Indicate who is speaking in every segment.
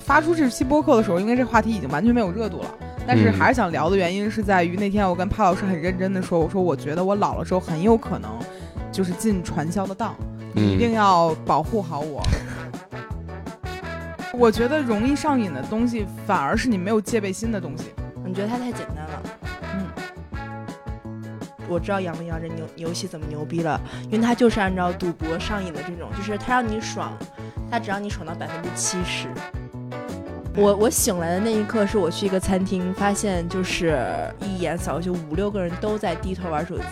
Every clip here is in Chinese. Speaker 1: 发出这期播客的时候，因为这话题已经完全没有热度了，但是
Speaker 2: 嗯
Speaker 1: 还是想聊的原因是在于那天我跟潘老师很认真的说，我说我觉得我老了之后很有可能就是进传销的当，
Speaker 2: 嗯
Speaker 1: 一定要保护好我。我觉得容易上瘾的东西，反而是你没有戒备心的东西。
Speaker 3: 你觉得它太简单了。嗯
Speaker 1: 嗯，
Speaker 3: 我知道杨明阳这牛游戏怎么牛逼了，因为它就是按照赌博上瘾的这种，就是它让你爽，它只让你爽到百分之七十。我我醒来的那一刻，是我去一个餐厅，发现就是一眼扫过去，五六个人都在低头玩手机。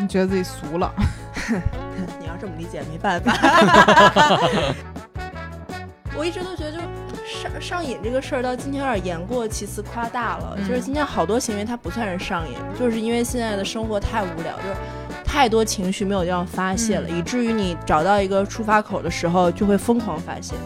Speaker 1: 你觉得自己俗了，
Speaker 3: 你要这么理解，没办法。 我一直都觉得，就是上上瘾这个事儿，到今天有点言过其词、夸大了。
Speaker 1: 嗯
Speaker 3: 就是今天好多行为它不算是上瘾，就是因为现在的生活太无聊，就是太多情绪没有地方发泄了，
Speaker 1: 嗯
Speaker 3: 以至于你找到一个出发口的时候，就会疯狂发泄。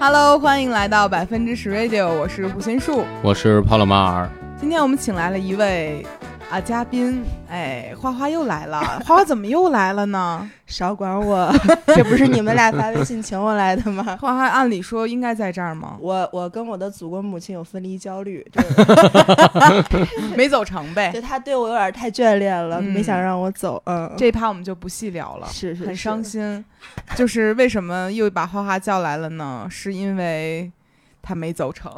Speaker 1: ？Hello，欢迎来到百分之十 Radio，我是胡心树。
Speaker 2: 我是帕洛马尔，
Speaker 1: 今天我们请来了一位啊嘉宾，哎，花花又来了，花花怎么又来了呢？
Speaker 3: 少管 我，这不是你们俩发微信请我来的吗？
Speaker 1: 花花按理说应该在这儿吗？
Speaker 3: 我我跟我的祖国母亲有分离焦虑，就是
Speaker 1: 没走成呗。
Speaker 3: 就她对我有点太眷恋了，
Speaker 1: 嗯
Speaker 3: 没想让我走。嗯，
Speaker 1: 这一趴我们就不细聊了，
Speaker 3: 是是
Speaker 1: 很
Speaker 3: 是
Speaker 1: 伤心。就是为什么又把花花叫来了呢？是因为他没走 成。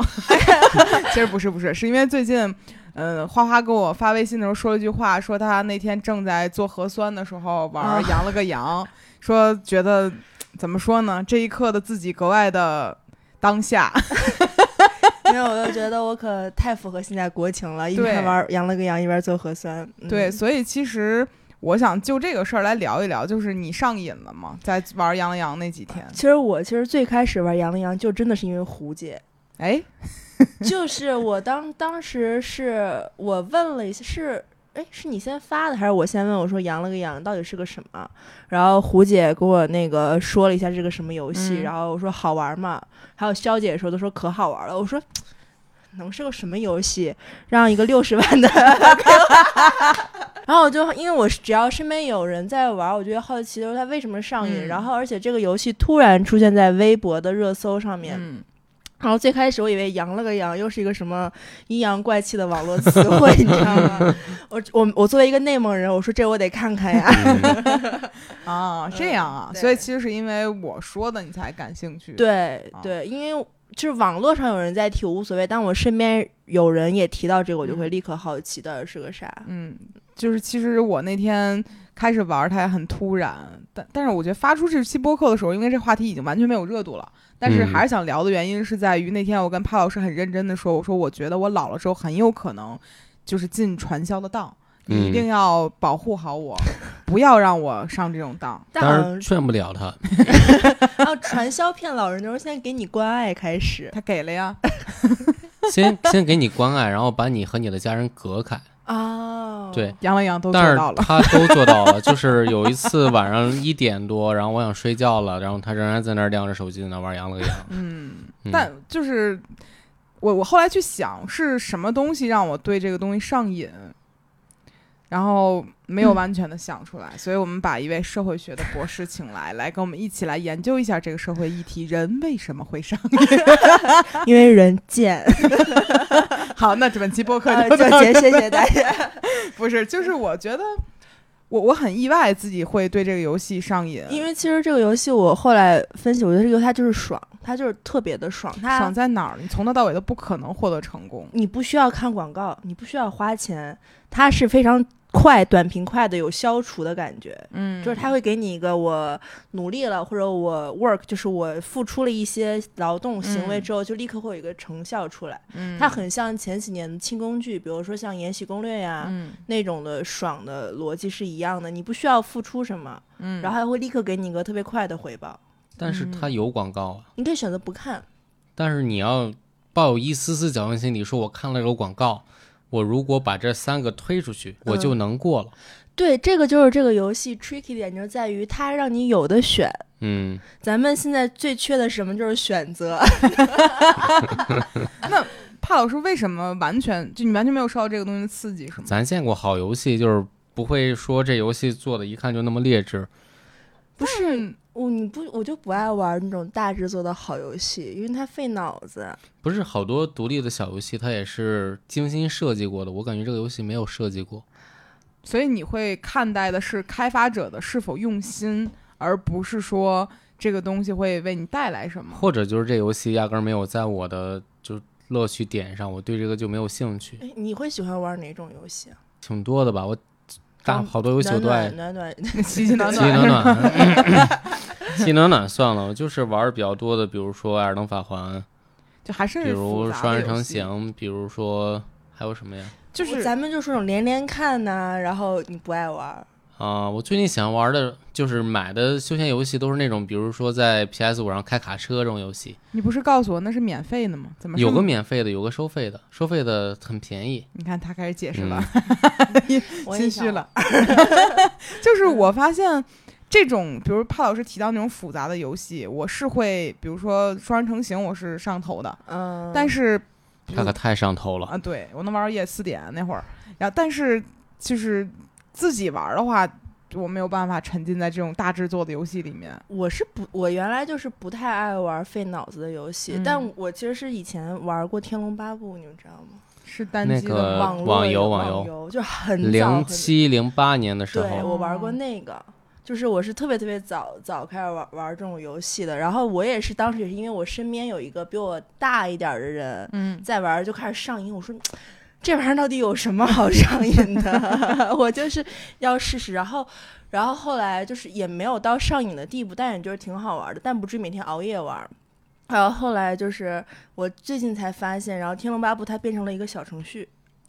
Speaker 1: 其实不是不是，是因为最近，呃，花花给我发微信的时候说了一句话，说他那天正在做核酸的时候玩儿
Speaker 3: 啊
Speaker 1: 羊了个羊，说觉得怎么说呢？这一刻的自己格外的当下。
Speaker 3: 因为我就觉得我可太符合现在国情了，一
Speaker 1: 对
Speaker 3: 边玩羊了个羊，一边做核酸。嗯
Speaker 1: 对，，所以其实我想就这个事儿来聊一聊，就是你上瘾了吗？在玩羊了羊那几天，
Speaker 3: 其实我其实最开始玩羊了羊，就真的是因为胡姐，
Speaker 1: 哎，
Speaker 3: 就是我当当时是我问了一下是。哎，是你先发的还是我先问？我说“羊了个羊”到底是个什么？然后胡姐给我那个说了一下这个什么游戏，
Speaker 1: 嗯
Speaker 3: 然后我说好玩吗？还有肖姐说都说可好玩了。我说能是个什么游戏？让一个六 十万的给我，然后我就因为我是只要身边有人在玩，我就好奇的说他为什么上瘾。
Speaker 1: 嗯
Speaker 3: 然后而且这个游戏突然出现在微博的热搜上面，
Speaker 1: 嗯，
Speaker 3: 然后最开始我以为“阳了个阳”又是一个什么阴阳怪气的网络词汇，你知道
Speaker 1: 啊
Speaker 3: 吗？ 我我我作为一个内蒙人，我说这我得看看呀。
Speaker 1: 嗯啊，这
Speaker 3: 嗯
Speaker 1: 样啊，
Speaker 3: 对
Speaker 1: 所以其实是因为我说的你才感兴趣。，
Speaker 3: 对
Speaker 1: 啊
Speaker 3: 对，因为就是网络上有人在提，我无所谓；但我身边有人也提到这个，我就会立刻好奇到底是个啥。
Speaker 1: 嗯，就是其实我那天开始玩儿它也很突然，但但是我觉得发出这期播客的时候，因为这话题已经完全没有热度了，但是
Speaker 2: 嗯
Speaker 1: 还是想聊的原因是在于那天我跟潘老师很认真的说，我说我觉得我老了之后很有可能就是进传销的当。你一
Speaker 2: 嗯
Speaker 1: 定要保护好我，不要让我上这种当。
Speaker 3: 但
Speaker 2: 当
Speaker 3: 好 像
Speaker 2: 然劝不了他。
Speaker 3: 然后传销骗老人，就是先给你关爱开始
Speaker 1: 他给了呀，
Speaker 2: 先先给你关爱，然后把你和你的家人隔开。
Speaker 3: 哦，
Speaker 2: 对，
Speaker 1: 杨了杨都做
Speaker 2: 但是
Speaker 1: 到了。
Speaker 2: 他都做到了。就是有一次晚上一点多，然后我想睡觉了，然后他仍然在那儿亮着手机，在那儿玩《羊了个羊》
Speaker 1: 嗯，
Speaker 2: 嗯。
Speaker 1: 但就是我我后来去想是什么东西让我对这个东西上瘾，然后没有完全的想出来，所以我们把一位社会学的博士请来，来跟我们一起来研究一下这个社会议题，人为什么会上 瘾。
Speaker 3: 因为人 贱，
Speaker 1: 好，那这本期播客
Speaker 3: 呃
Speaker 1: 就
Speaker 3: 就
Speaker 1: 到这
Speaker 3: 谢
Speaker 1: 儿
Speaker 3: 谢谢大家。
Speaker 1: 不是，就是我 觉得我我很意外自己会对这个游戏上瘾，
Speaker 3: 因为其实这个游戏我后来分析，我觉得这个游戏它就是爽，它就是特别的爽，它
Speaker 1: 爽在哪儿？你从头到尾都不可能获得成功。
Speaker 3: 你不需要看广告，你不需要花钱，它是非常快、短平快的，有消除的感觉。
Speaker 1: 嗯
Speaker 3: 就是它会给你一个我努力了，或者我 work，就是我付出了一些劳动行为
Speaker 1: 嗯
Speaker 3: 之后，就立刻会有一个成效出来。
Speaker 1: 嗯
Speaker 3: 它很像前几年的清宫剧，比如说像《延禧攻略》呀、
Speaker 1: 嗯
Speaker 3: 那种的爽的逻辑是一样的，你不需要付出什么，
Speaker 1: 嗯，
Speaker 3: 然后它会立刻给你一个特别快的回报。
Speaker 2: 但是他有广告
Speaker 1: 嗯
Speaker 2: 啊，
Speaker 3: 你可以选择不看，
Speaker 2: 但是你要抱有一丝丝侥幸心理，说我看了有广告，我如果把这三个推出去，
Speaker 1: 嗯
Speaker 2: 我就能过了。
Speaker 3: 对，这个就是这个游戏 tricky 点，就在于它让你有的选。
Speaker 2: 嗯，
Speaker 3: 咱们现在最缺的是什么就是选择，
Speaker 1: 帕老师为什么完全就你完全没有受到这个东西的刺激，是吗？
Speaker 2: 咱见过好游戏，就是不会说这游戏做的一看就那么劣质。
Speaker 3: 不是
Speaker 1: 嗯
Speaker 3: 我你不我就不爱玩那种大制作的好游戏，因为它费脑子。
Speaker 2: 不是好多独立的小游戏，它也是精心设计过的。我感觉这个游戏没有设计过。
Speaker 1: 所以你会看待的是开发者的是否用心，而不是说这个东西会为你带来什 么。
Speaker 2: 或者就是这游戏压根儿没有在我的就乐趣点上，我对这个就没有兴趣，
Speaker 3: 哎，你会喜欢玩哪种游戏啊？
Speaker 2: 挺多的吧。我大
Speaker 3: 嗯
Speaker 2: 好多游戏我
Speaker 3: 暖
Speaker 2: 都爱
Speaker 3: 暖暖 暖，
Speaker 1: 奇迹暖
Speaker 2: 奇暖
Speaker 1: 暖，
Speaker 2: 暖， 奇暖暖算了，我就是玩儿比较多的，比如说《艾尔登法环》，
Speaker 1: 就还是
Speaker 2: 比
Speaker 1: 复
Speaker 2: 如《
Speaker 1: 杂的
Speaker 2: 双人
Speaker 1: 游
Speaker 2: 成
Speaker 1: 戏，
Speaker 2: 行》，比如说还有什么呀？
Speaker 1: 就
Speaker 3: 我
Speaker 1: 是
Speaker 3: 咱们 就是那种连连看呐、然后你不爱玩，
Speaker 2: 啊、我最近想玩的就是买的休闲游戏都是那种，比如说在 PS 五上开卡车这种游戏，
Speaker 1: 你不是告诉我那是免费的吗？怎么是
Speaker 2: 有个免费的，有个收费的，收费的很便宜。
Speaker 1: 你看他开始解释
Speaker 2: 嗯
Speaker 1: 了，
Speaker 3: 我也
Speaker 1: 心
Speaker 3: 想
Speaker 1: 虚 了。就是我发现这种，比如帕老师提到那种复杂的游戏，我是会，比如说双人成行，我是上头的，
Speaker 3: 嗯，
Speaker 1: 但
Speaker 3: 是
Speaker 1: 是
Speaker 2: 它
Speaker 3: 嗯
Speaker 2: 可太上头了，
Speaker 1: 啊，对我能玩到夜四点那会儿，然后但是就是自己玩的话，我没有办法沉浸在这种大制作的游戏里面。
Speaker 3: 我是不，我原来就是不太爱玩费脑子的游戏，
Speaker 1: 嗯
Speaker 3: 但我其实是以前玩过《天龙八部》，你们知道吗？
Speaker 1: 是单
Speaker 2: 那
Speaker 1: 机的
Speaker 2: 个呃
Speaker 1: 吗
Speaker 3: 网络
Speaker 2: 网游
Speaker 3: 网
Speaker 2: 网游
Speaker 3: 就很早
Speaker 2: 零
Speaker 3: 很
Speaker 2: 七零八年的时
Speaker 3: 对
Speaker 2: 候，
Speaker 3: 我玩过那个，就是我是特别特别早早开始玩玩这种游戏的。然后我也是当时也是因为我身边有一个比我大一点儿的人
Speaker 1: 嗯，
Speaker 3: 在玩，就开始上瘾。我说这玩意儿到底有什么好上瘾的？ 我就是要试试。然后，然后后来就是也没有到上瘾的地步，但也觉得挺好玩的。但不至于每天熬夜玩。然后后来就是我最近才发现，然后《天龙八部》它变成了一个小程序。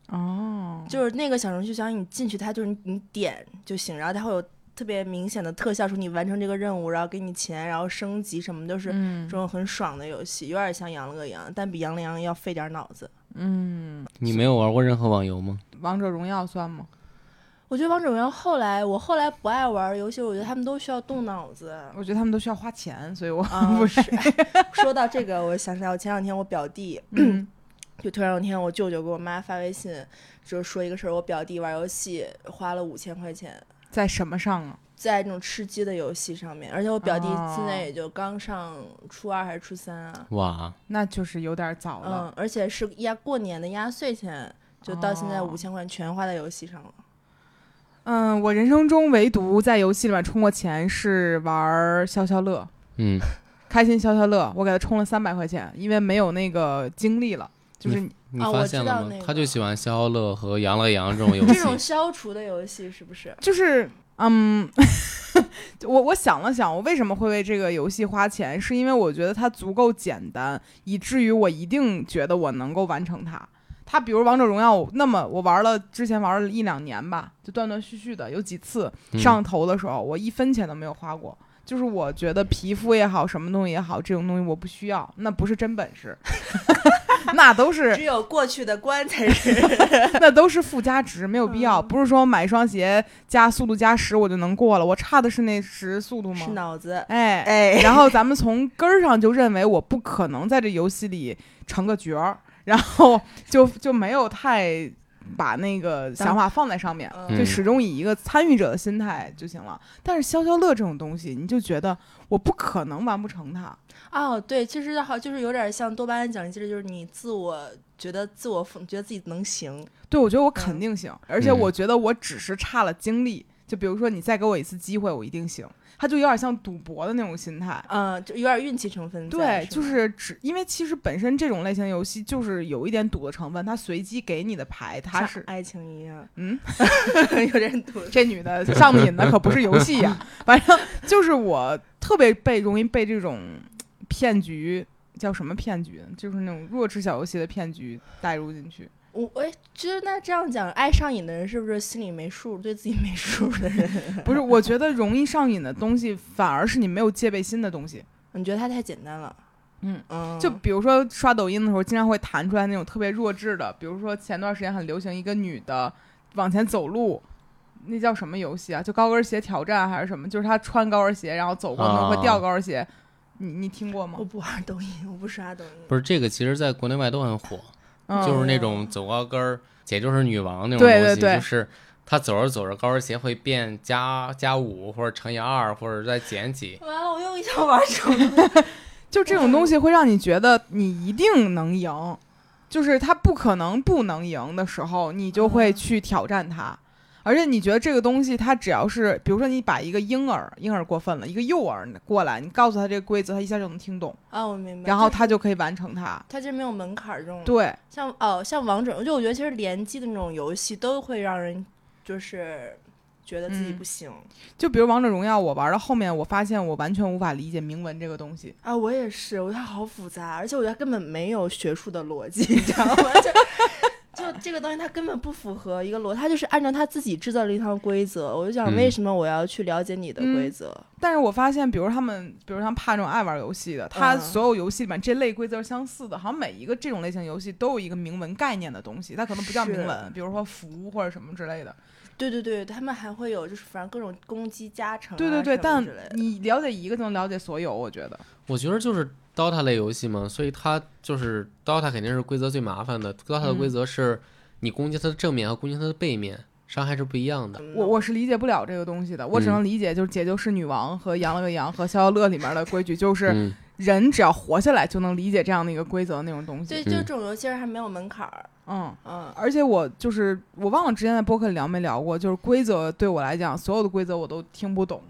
Speaker 1: 哦，
Speaker 3: 就是那个小程序，相当于你进去，它就是你你点就行，然后它会有特别明显的特效，说你完成这个任务，然后给你钱，然后升级什么，都是这
Speaker 1: 嗯
Speaker 3: 种很爽的游戏，有点像羊了个羊，但比羊了羊要费点脑子。
Speaker 1: 嗯，
Speaker 2: 你没有玩过任何网游吗？
Speaker 1: 王者荣耀算吗？
Speaker 3: 我觉得王者荣耀后来，我后来不爱玩游戏，我觉得他们都需要动脑 子。
Speaker 1: 我觉得他们都需要花钱，所以我
Speaker 3: 啊、
Speaker 1: 不
Speaker 3: 是。哎说到这个，我想起来，我前两天我表弟，
Speaker 1: 嗯
Speaker 3: 就突然有一天，我舅舅给我妈发微信，就是说一个事儿，我表弟玩游戏花了五千块钱，
Speaker 1: 在什么上啊？
Speaker 3: 在那种吃鸡的游戏上面，而且我表弟
Speaker 1: 哦
Speaker 3: 现在也就刚上初二还是初三啊，
Speaker 2: 哇，
Speaker 1: 那就是有点早了。
Speaker 3: 嗯，而且是压过年的压岁钱，就到现在
Speaker 1: 哦
Speaker 3: 五千块钱全花在游戏上了。
Speaker 1: 嗯，我人生中唯独在游戏里面充过钱是玩儿消消乐，
Speaker 2: 嗯，
Speaker 1: 开心消消乐，我给他充了三百块钱，因为没有那个精力了，就是
Speaker 2: 你
Speaker 3: 啊
Speaker 2: 发
Speaker 3: 我
Speaker 2: 现
Speaker 3: 知道
Speaker 2: 了吗？
Speaker 3: 那个
Speaker 2: 他就喜欢消消乐和羊了羊这种游
Speaker 3: 这种
Speaker 2: 戏。
Speaker 3: 消除的游戏是不是？
Speaker 1: 就是嗯， 我我想了想，我为什么会为这个游戏花钱，是因为我觉得它足够简单，以至于我一定觉得我能够完成它。它比如王者荣耀，那么我玩了之前玩了一两年吧，就断断续续的，有几次
Speaker 2: 嗯
Speaker 1: 上头的时候，我一分钱都没有花过。就是我觉得皮肤也好，什么东西也好，这种东西我不需要，那不是真本事， 那都是
Speaker 3: 只有过去的关才 是。
Speaker 1: 那都是附加值，没有必要。
Speaker 3: 嗯
Speaker 1: 不是说买一双鞋加速度加十我就能过了，我差的是那十速度
Speaker 3: 是
Speaker 1: 吗？
Speaker 3: 脑子。
Speaker 1: 哎，
Speaker 3: 哎，
Speaker 1: 然后咱们从根儿上就认为我不可能在这游戏里成个角儿，然后就就没有太把那个想法放在上面。
Speaker 3: 嗯
Speaker 1: 就始终以一个参与者的心态就行了。但是消消乐这种东西，你就觉得我不可能完不成它。
Speaker 3: 哦，对，其实好就是有点像多巴胺奖励机制，就是你自我觉得自我觉得自己能行，
Speaker 1: 对，我觉得我肯
Speaker 3: 嗯
Speaker 1: 定行，而且
Speaker 2: 嗯
Speaker 1: 我觉得我只是差了精力。就比如说，你再给我一次机会，我一定行。它就有点像赌博的那种心态。
Speaker 3: 嗯，就有点运气成分在。
Speaker 1: 对，
Speaker 3: 吧
Speaker 1: 就是只因为其实本身这种类型游戏就是有一点赌的成分，它随机给你的牌，它
Speaker 3: 像
Speaker 1: 是
Speaker 3: 爱情一样，
Speaker 1: 嗯，
Speaker 3: 有点赌。
Speaker 1: 这女的上瘾的可不是游戏呀、反正就是我特别被容易被这种骗局叫什么骗局，就是那种弱智小游戏的骗局带入进去。
Speaker 3: 我哎，其实那这样讲，爱上瘾的人是不是心里没数，对自己没数的人？
Speaker 1: 不是，我觉得容易上瘾的东西反而是你没有戒备心的东西。
Speaker 3: 你觉得他太简单了？
Speaker 1: 嗯
Speaker 3: 嗯，
Speaker 1: 就比如说刷抖音的时候，经常会弹出来那种特别弱智的，比如说前段时间很流行一个女的往前走路，那叫什么游戏啊？就高跟鞋挑战还是什么？就是她穿高跟鞋，然后走过那种会掉
Speaker 2: 啊
Speaker 1: 高跟鞋。你你听过吗
Speaker 3: 我？不玩抖音，我不刷抖音。
Speaker 2: 不是这个，其实在国内外都很火，
Speaker 3: 哦
Speaker 1: 嗯
Speaker 2: 就是那种走高跟儿，姐就是女王那种东
Speaker 1: 对
Speaker 2: 西，
Speaker 1: 对对
Speaker 2: 就是她走着走着高跟鞋会变加加五或者乘以二或者再减几，
Speaker 3: 完了，我又想玩手
Speaker 1: 就这种东西会让你觉得你一定能赢，就是他不可能不能赢的时候，你就会去挑战它。而且你觉得这个东西，它只要是，比如说你把一个婴儿，婴儿过分了，一个幼儿过来，你告诉他这个规则，他一下就能听懂，
Speaker 3: 啊，我明白。嗯
Speaker 1: 然后
Speaker 3: 就是
Speaker 1: 他就可以完成它。
Speaker 3: 它就没有门槛儿这种，
Speaker 1: 对，
Speaker 3: 像哦，像王者，就我觉得其实联机的那种游戏都会让人就是觉得自己
Speaker 1: 嗯
Speaker 3: 不行、
Speaker 1: 就比如王者荣耀，我玩到后面，我发现我完全无法理解铭文这个东西。
Speaker 3: 啊。我也是，我觉得它好复杂，而且我觉得它根本没有学术的逻辑， 你知道吗？就就这个东西，它根本不符合一个逻，它就是按照它自己制造了一套规则。我就想，
Speaker 2: 嗯
Speaker 3: 为什么我要去了解你的规
Speaker 1: 嗯
Speaker 3: 则？
Speaker 1: 但是我发现，比如他们，比如像帕这种爱玩游戏的，他
Speaker 3: 嗯
Speaker 1: 所有游戏里面这类规则是相似的，好像每一个这种类型游戏都有一个明文概念的东西，它可能不叫
Speaker 3: 是嗯
Speaker 1: 明文，比如说服或者什么之类的。
Speaker 3: 对对对，他们还会有就是反正各种攻击加成、啊，
Speaker 1: 对对对，
Speaker 3: 什么
Speaker 1: 但
Speaker 3: 之类的
Speaker 1: 你了解一个就能了解所有，我觉得。
Speaker 2: 我觉得就是 DOTA 类游戏嘛，所以它就是 DOTA 肯定是规则最麻烦的，DOTA 的
Speaker 1: 嗯
Speaker 2: 规则是你攻击它的正面和攻击它的背面伤害是不一样的。
Speaker 3: 嗯
Speaker 1: 我我是理解不了这个东西的，我只能理解就是《解救是女王》和《羊了个羊》和《逍遥乐》里面的规矩，就是
Speaker 2: 嗯，
Speaker 1: 人只要活下来就能理解这样的一个规则的那种东西。
Speaker 3: 对，就这
Speaker 2: 嗯
Speaker 3: 种游戏还没有门槛儿，
Speaker 1: 嗯。
Speaker 3: 嗯，
Speaker 1: 而且我就是我忘了之前在播客里聊没聊过，就是规则对我来讲，所有的规则我都听不懂，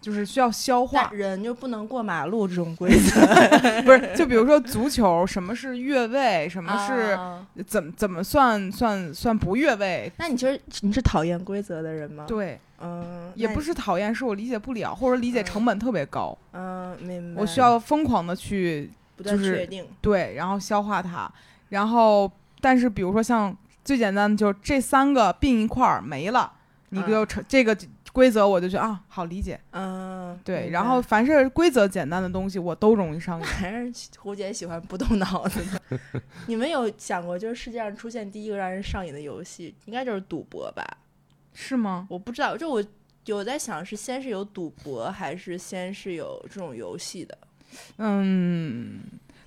Speaker 1: 就是需要消
Speaker 3: 那
Speaker 1: 化。
Speaker 3: 人就不能过马路这种规 则，
Speaker 1: 不 是，就比如说足球，什么是越位，什
Speaker 3: 什
Speaker 1: 么
Speaker 3: 啊
Speaker 1: 是怎么怎么算算算不越位？
Speaker 3: 那你其实你是讨厌规则的人吗？，
Speaker 1: 对，
Speaker 3: 嗯，
Speaker 1: 也不
Speaker 3: 是，
Speaker 1: 是讨厌，是我理解不了，或者理解成本特别高，
Speaker 3: 嗯，明白。
Speaker 1: 我需要疯狂的去
Speaker 3: 不断
Speaker 1: 就是
Speaker 3: 确定，
Speaker 1: 对，然后消化它，然后但是比如说像最简单的，就是这三个并一块儿没了，你
Speaker 3: 嗯
Speaker 1: 就成、这个规则我就觉得啊好理解，
Speaker 3: 嗯，
Speaker 1: 对，
Speaker 3: 明
Speaker 1: 然
Speaker 3: 白
Speaker 1: 后凡是规则简单的东西我都容易上瘾。
Speaker 3: 还是胡姐喜欢不动脑子的。 你们有想过，就是世界上出现第一个让人上瘾的游戏，应该就是赌博吧？
Speaker 1: 是吗？
Speaker 3: 我不知道，就我有在想，是先是有赌博，还是先是有这种游戏的？
Speaker 1: 嗯，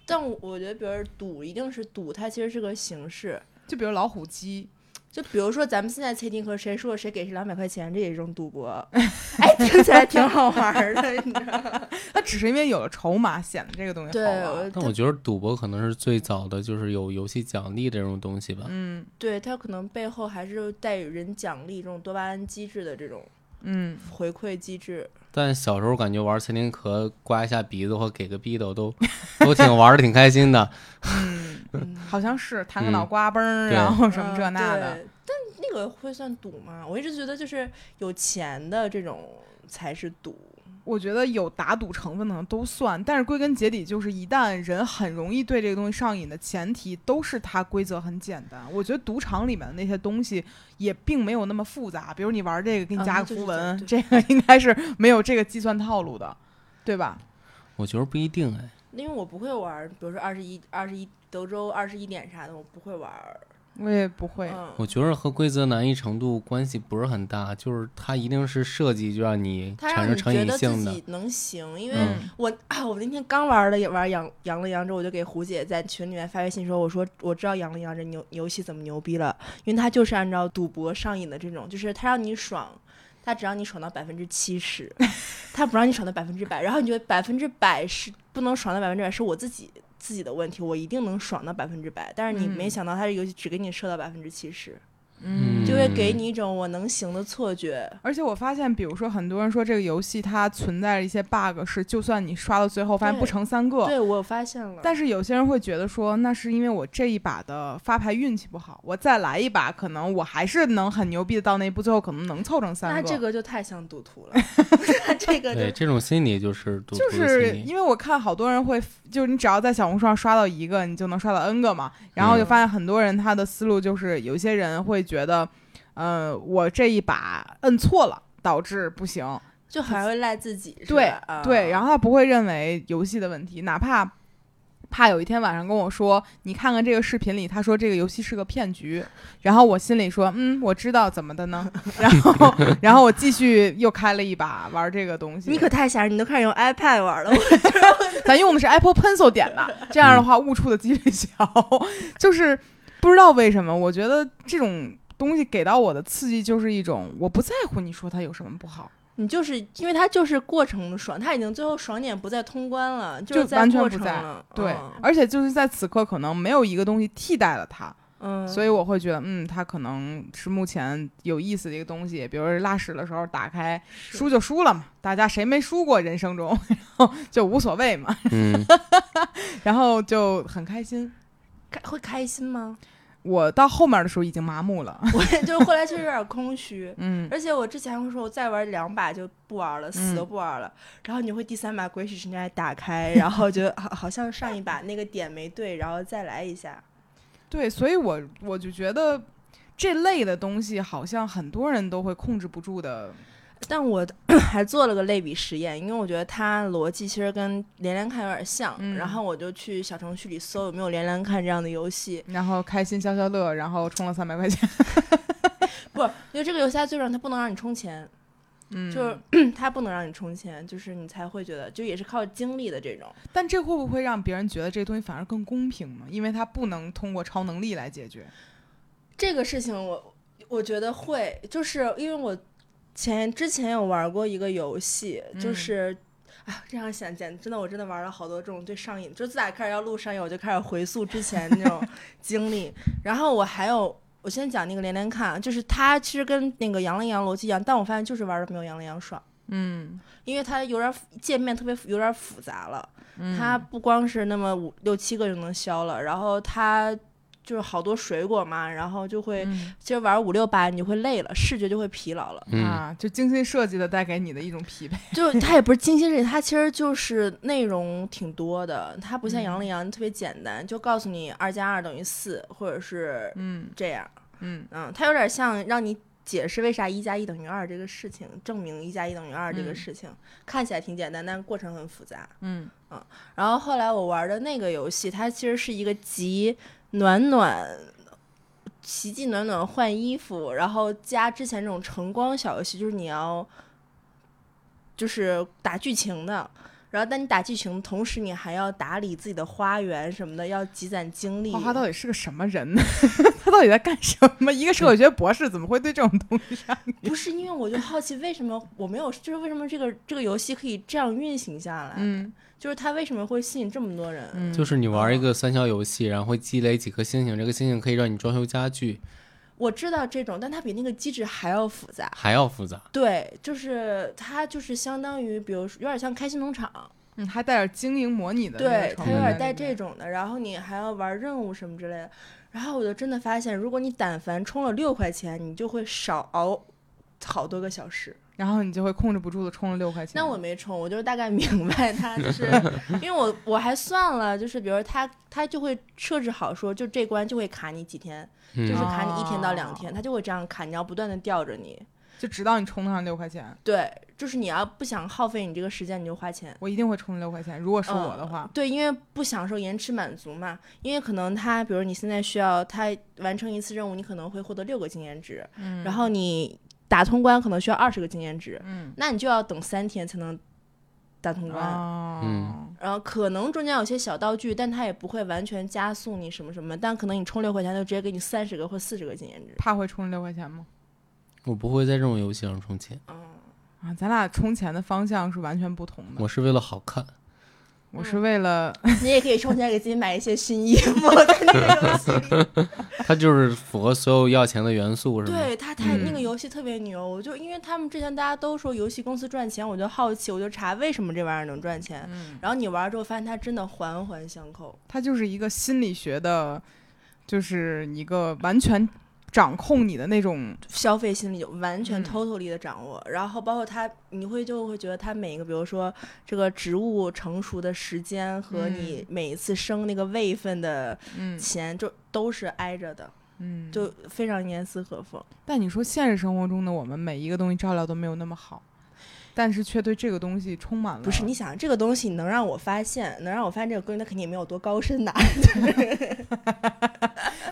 Speaker 3: 但我我觉得，比如说赌，一定是赌，它其实是个形式。
Speaker 1: 就比如老虎机，
Speaker 3: 就比如说，咱们现在猜丁和谁输了谁给谁两百块钱，这也是一种赌博。 哎，听起来挺好玩儿的，你知道吗？
Speaker 1: 它只是因为有了筹码，显得这个东西
Speaker 3: 对，
Speaker 1: 好玩。
Speaker 3: 我
Speaker 2: 但我觉得赌博可能是最早的，就是有游戏奖励这种东西吧。
Speaker 1: 嗯
Speaker 3: 对它可能背后还是带有人奖励这种多巴胺机制的这种
Speaker 1: 嗯，
Speaker 3: 回馈机制。
Speaker 2: 但小时候感觉玩森林壳刮一下鼻子或给个逼斗都都挺 玩的挺开心的。
Speaker 3: 嗯
Speaker 1: 好像是弹个
Speaker 2: 嗯
Speaker 1: 脑瓜崩儿，
Speaker 2: 对
Speaker 1: 然后什么
Speaker 3: 嗯
Speaker 1: 这那的。
Speaker 3: 对但那个会算赌吗？我一直觉得就是有钱的这种才是赌。
Speaker 1: 我觉得有打赌成分的都算，但是归根结底就是，一旦人很容易对这个东西上瘾的前提，都是它规则很简单。我觉得赌场里面的那些东西也并没有那么复杂，比如你玩这个给你
Speaker 3: 啊
Speaker 1: 加
Speaker 3: 那
Speaker 1: 个
Speaker 3: 就是
Speaker 1: 符文，
Speaker 3: 对
Speaker 1: 这个应该是没有这个计算套路的，对吧？
Speaker 2: 我觉得不一定哎，
Speaker 3: 因为我不会玩儿，比如说二十一、二十一德州二十一点啥的，我不会玩儿。
Speaker 1: 我也不会，
Speaker 2: 我
Speaker 3: 嗯，
Speaker 2: 觉得和规则难易程度关系不是很大，就是它一定是设计就让你
Speaker 3: 他
Speaker 2: 产
Speaker 3: 让
Speaker 2: 生
Speaker 3: 你
Speaker 2: 成
Speaker 3: 觉
Speaker 2: 瘾
Speaker 3: 得自
Speaker 2: 性的
Speaker 3: 己。能行，因为
Speaker 2: 嗯
Speaker 3: 我、啊，我那天刚玩了玩羊羊了羊之后，我就给胡姐在群里面发微信说，我说我知道羊了羊这牛游戏怎么牛逼了，因为它就是按照赌博上瘾的这种，就是它让你爽。它只让你爽到百分之七十，它不让你爽到百分之百。然后你觉得百分之百是不能爽到百分之百，是我自己自己的问题，我一定能爽到百分之百。但是你没
Speaker 1: 嗯
Speaker 3: 想到，它这游戏只给你设到百分之七十，
Speaker 2: 嗯
Speaker 3: 就会给你一种我能行的错觉。
Speaker 1: 而且我发现，比如说很多人说这个游戏它存在着一些 bug，是就算你刷到最后发现不
Speaker 3: 对
Speaker 1: 成三个，
Speaker 3: 对我发现了，
Speaker 1: 但是有些人会觉得说，那是因为我这一把的发牌运气不好，我再来一把，可能我还是能很牛逼的到那一步，最后可能能凑成三
Speaker 3: 那
Speaker 1: 个。
Speaker 3: 这个就太像赌徒了， 那这个
Speaker 2: 对，
Speaker 3: 就
Speaker 2: 这种心理就是赌徒
Speaker 1: 就
Speaker 2: 的
Speaker 1: 是
Speaker 2: 心理。
Speaker 1: 因为我看好多人会，就是你只要在小红书上刷到一个，你就能刷到 N 个嘛。然后就发现很多人他的思路就是，有些人会觉得，呃，我这一把摁错了，导致不行。
Speaker 3: 就还会赖自己，是
Speaker 1: 对
Speaker 3: 吧啊
Speaker 1: 对，然后他不会认为游戏的问题，哪怕怕有一天晚上跟我说，你看看这个视频里，他说这个游戏是个骗局，然后我心里说，嗯，我知道怎么的呢， 然后然后我继续又开了一把玩这个东西。
Speaker 3: 你可太吓人，你都开始用 iPad 玩了。
Speaker 1: 咱用的是 Apple Pencil 点的，这样的话误触的几率小。 就是不知道为什么，我觉得这种东西给到我的刺激就是一种我不在乎你说它有什么不好，
Speaker 3: 你就是因为它就是过程的爽，它已经最后爽点不在通关了，
Speaker 1: 就是
Speaker 3: 在
Speaker 1: 完全
Speaker 3: 过
Speaker 1: 不
Speaker 3: 程
Speaker 1: 在
Speaker 3: 了。
Speaker 1: 对，
Speaker 3: 嗯
Speaker 1: 而且就是在此刻可能没有一个东西替代了它，
Speaker 3: 嗯，
Speaker 1: 所以我会觉得，嗯，它可能是目前有意思的一个东西。比如说拉屎的时候打开，
Speaker 3: 是
Speaker 1: 输就输了嘛，大家谁没输过人生中，然后就无所谓嘛，
Speaker 2: 嗯，
Speaker 1: 然后就很开心。
Speaker 3: 开会开心 吗？
Speaker 1: 我到后面的时候已经麻木了，
Speaker 3: 我也就是后来确实有点空虚，
Speaker 1: 嗯，
Speaker 3: 而且我之前会说，我再玩两把就不玩了，死都不玩了。然后你会第三把鬼使神差打开，然后觉得 好好像上一把那个点没对，然后再来一下。
Speaker 1: 对，所以我我就觉得这类的东西好像很多人都会控制不住的，
Speaker 3: 但我 还做了个类比实验，因为我觉得它逻辑其实跟连连看有点像。
Speaker 1: 嗯
Speaker 3: 然后我就去小程序里搜有没有连连看这样的游戏，
Speaker 1: 然后开心消消乐，然后充了三百块钱，
Speaker 3: 不，因为这个游戏它最让它不能让你充钱，
Speaker 1: 嗯，
Speaker 3: 就是 它不能让你充钱，就是你才会觉得，就也是靠精力的这种。
Speaker 1: 但这会不会让别人觉得这东西反而更公平嘛？因为它不能通过超能力来解决。
Speaker 3: 这个事情我我觉得会，就是因为我前之前有玩过一个游戏，就
Speaker 1: 嗯
Speaker 3: 是。啊，这样想简真的，我真的玩了好多这种对上瘾，就自打开始要录上瘾，我就开始回溯之前那种经历。然后我还有，我先讲那个连连看，啊就是它其实跟那个杨了羊逻辑一样，但我发现就是玩的没有杨了羊爽，
Speaker 1: 嗯，
Speaker 3: 因为它有点复界面特别复有点复杂了。
Speaker 1: 它
Speaker 3: 它不光是那么五六七个就能消了，然后它就是好多水果嘛，然后就会、其实玩五六把你就会累了，视觉就会疲劳了。
Speaker 2: 嗯，
Speaker 1: 啊，就精心设计的带给你的一种疲惫。
Speaker 3: 就它也不是精心设计，它其实就是内容挺多的，它不像杨丽阳特别简单，就告诉你二加二等于四，或者是
Speaker 1: 嗯
Speaker 3: 这样。
Speaker 1: 嗯
Speaker 3: 嗯，它有点像让你解释为啥一加一等于二这个事情，证明一加一等于二这个
Speaker 1: 嗯
Speaker 3: 事情，看起来挺简单，但过程很复杂。
Speaker 1: 嗯
Speaker 3: 然后后来我玩的那个游戏，它其实是一个集暖暖、奇迹暖暖换衣服，然后加之前这种晨光小游戏，就是你要就是打剧情的。然后，但你打剧情，同时你还要打理自己的花园什么的，要积攒精力。
Speaker 1: 花花到底是个什么人呢？ 他到底在干什么？一个社会学博士怎么会对这种东西上瘾？
Speaker 3: 不是因为我就好奇，为什么我没有，就是为什么这个这个游戏可以这样运行下来？
Speaker 1: 嗯
Speaker 3: 就是它为什么会吸引这么多人？
Speaker 1: 嗯，
Speaker 2: 就是你玩一个三消游戏，然后会积累几颗星星，这个星星可以让你装修家具，
Speaker 3: 我知道这种，但它比那个机制还要复杂。
Speaker 2: 还要复杂。
Speaker 3: 对，就是它就是相当于，比如说有点像开心农场，
Speaker 1: 嗯还带点经营模拟的那
Speaker 3: 对
Speaker 1: 个，成
Speaker 3: 它
Speaker 1: 分
Speaker 3: 有
Speaker 1: 在里面，
Speaker 3: 点带这种的，然后你还要玩任务什么之类的。然后我就真的发现，如果你但凡充了六块钱，你就会少熬好多个小时。
Speaker 1: 然后你就会控制不住的充了六块钱。
Speaker 3: 那我没充，我就是大概明白它就是，因为我我还算了，就是比如它它就会设置好说，就这关就会卡你几天，就
Speaker 2: 嗯
Speaker 3: 是卡你一天到两
Speaker 1: 哦
Speaker 3: 天，它就会这样卡，你要不断的吊着你。
Speaker 1: 就直到你充得上六块钱，
Speaker 3: 对，就是你要不想耗费你这个时间，你就花钱。
Speaker 1: 我一定会充六块钱。如果是我
Speaker 3: 嗯
Speaker 1: 的话，
Speaker 3: 对，因为不享受延迟满足嘛，因为可能他，比如你现在需要他完成一次任务，你可能会获得六个经验值，
Speaker 1: 嗯
Speaker 3: 然后你打通关可能需要二十个经验值，
Speaker 1: 嗯，
Speaker 3: 那你就要等三天才能打通关。
Speaker 1: 哦，
Speaker 2: 嗯
Speaker 3: 然后可能中间有些小道具，但它也不会完全加速你什么什么，但可能你充六块钱就直接给你三十个或四十个经验值。
Speaker 1: 怕会充六块钱吗？
Speaker 2: 我不会在这种游戏上充钱，
Speaker 3: 嗯，
Speaker 1: 啊，咱俩充钱的方向是完全不同的。
Speaker 2: 我是为了好看。
Speaker 1: 我是为了
Speaker 3: 你也可以充钱给自己买一些新衣服，在那个游戏里
Speaker 2: 它就是符合所有要钱的元素，是吗？
Speaker 3: 对他太那个
Speaker 1: 嗯
Speaker 3: 游戏特别牛，我就因为他们之前大家都说游戏公司赚钱，我就好奇，我就查为什么这玩意儿能赚钱。
Speaker 1: 嗯，
Speaker 3: 然后你玩儿之后发现它真的环环相扣，
Speaker 1: 它就是一个心理学的，就是一个完全掌控你的那种，
Speaker 3: 消费心理就完全
Speaker 1: 嗯
Speaker 3: totally 的掌握。然后包括它，你会就会觉得它每一个，比如说这个植物成熟的时间和你每一次生那个位分的
Speaker 1: 嗯
Speaker 3: 钱，就都是挨着的，
Speaker 1: 嗯，
Speaker 3: 就非常严丝合缝。
Speaker 1: 但你说现实生活中的我们，每一个东西照料都没有那么好，但是却对这个东西充满了
Speaker 3: 不是，你想这个东西能让我发现，能让我发现这个东西，它肯定也没有多高深呐、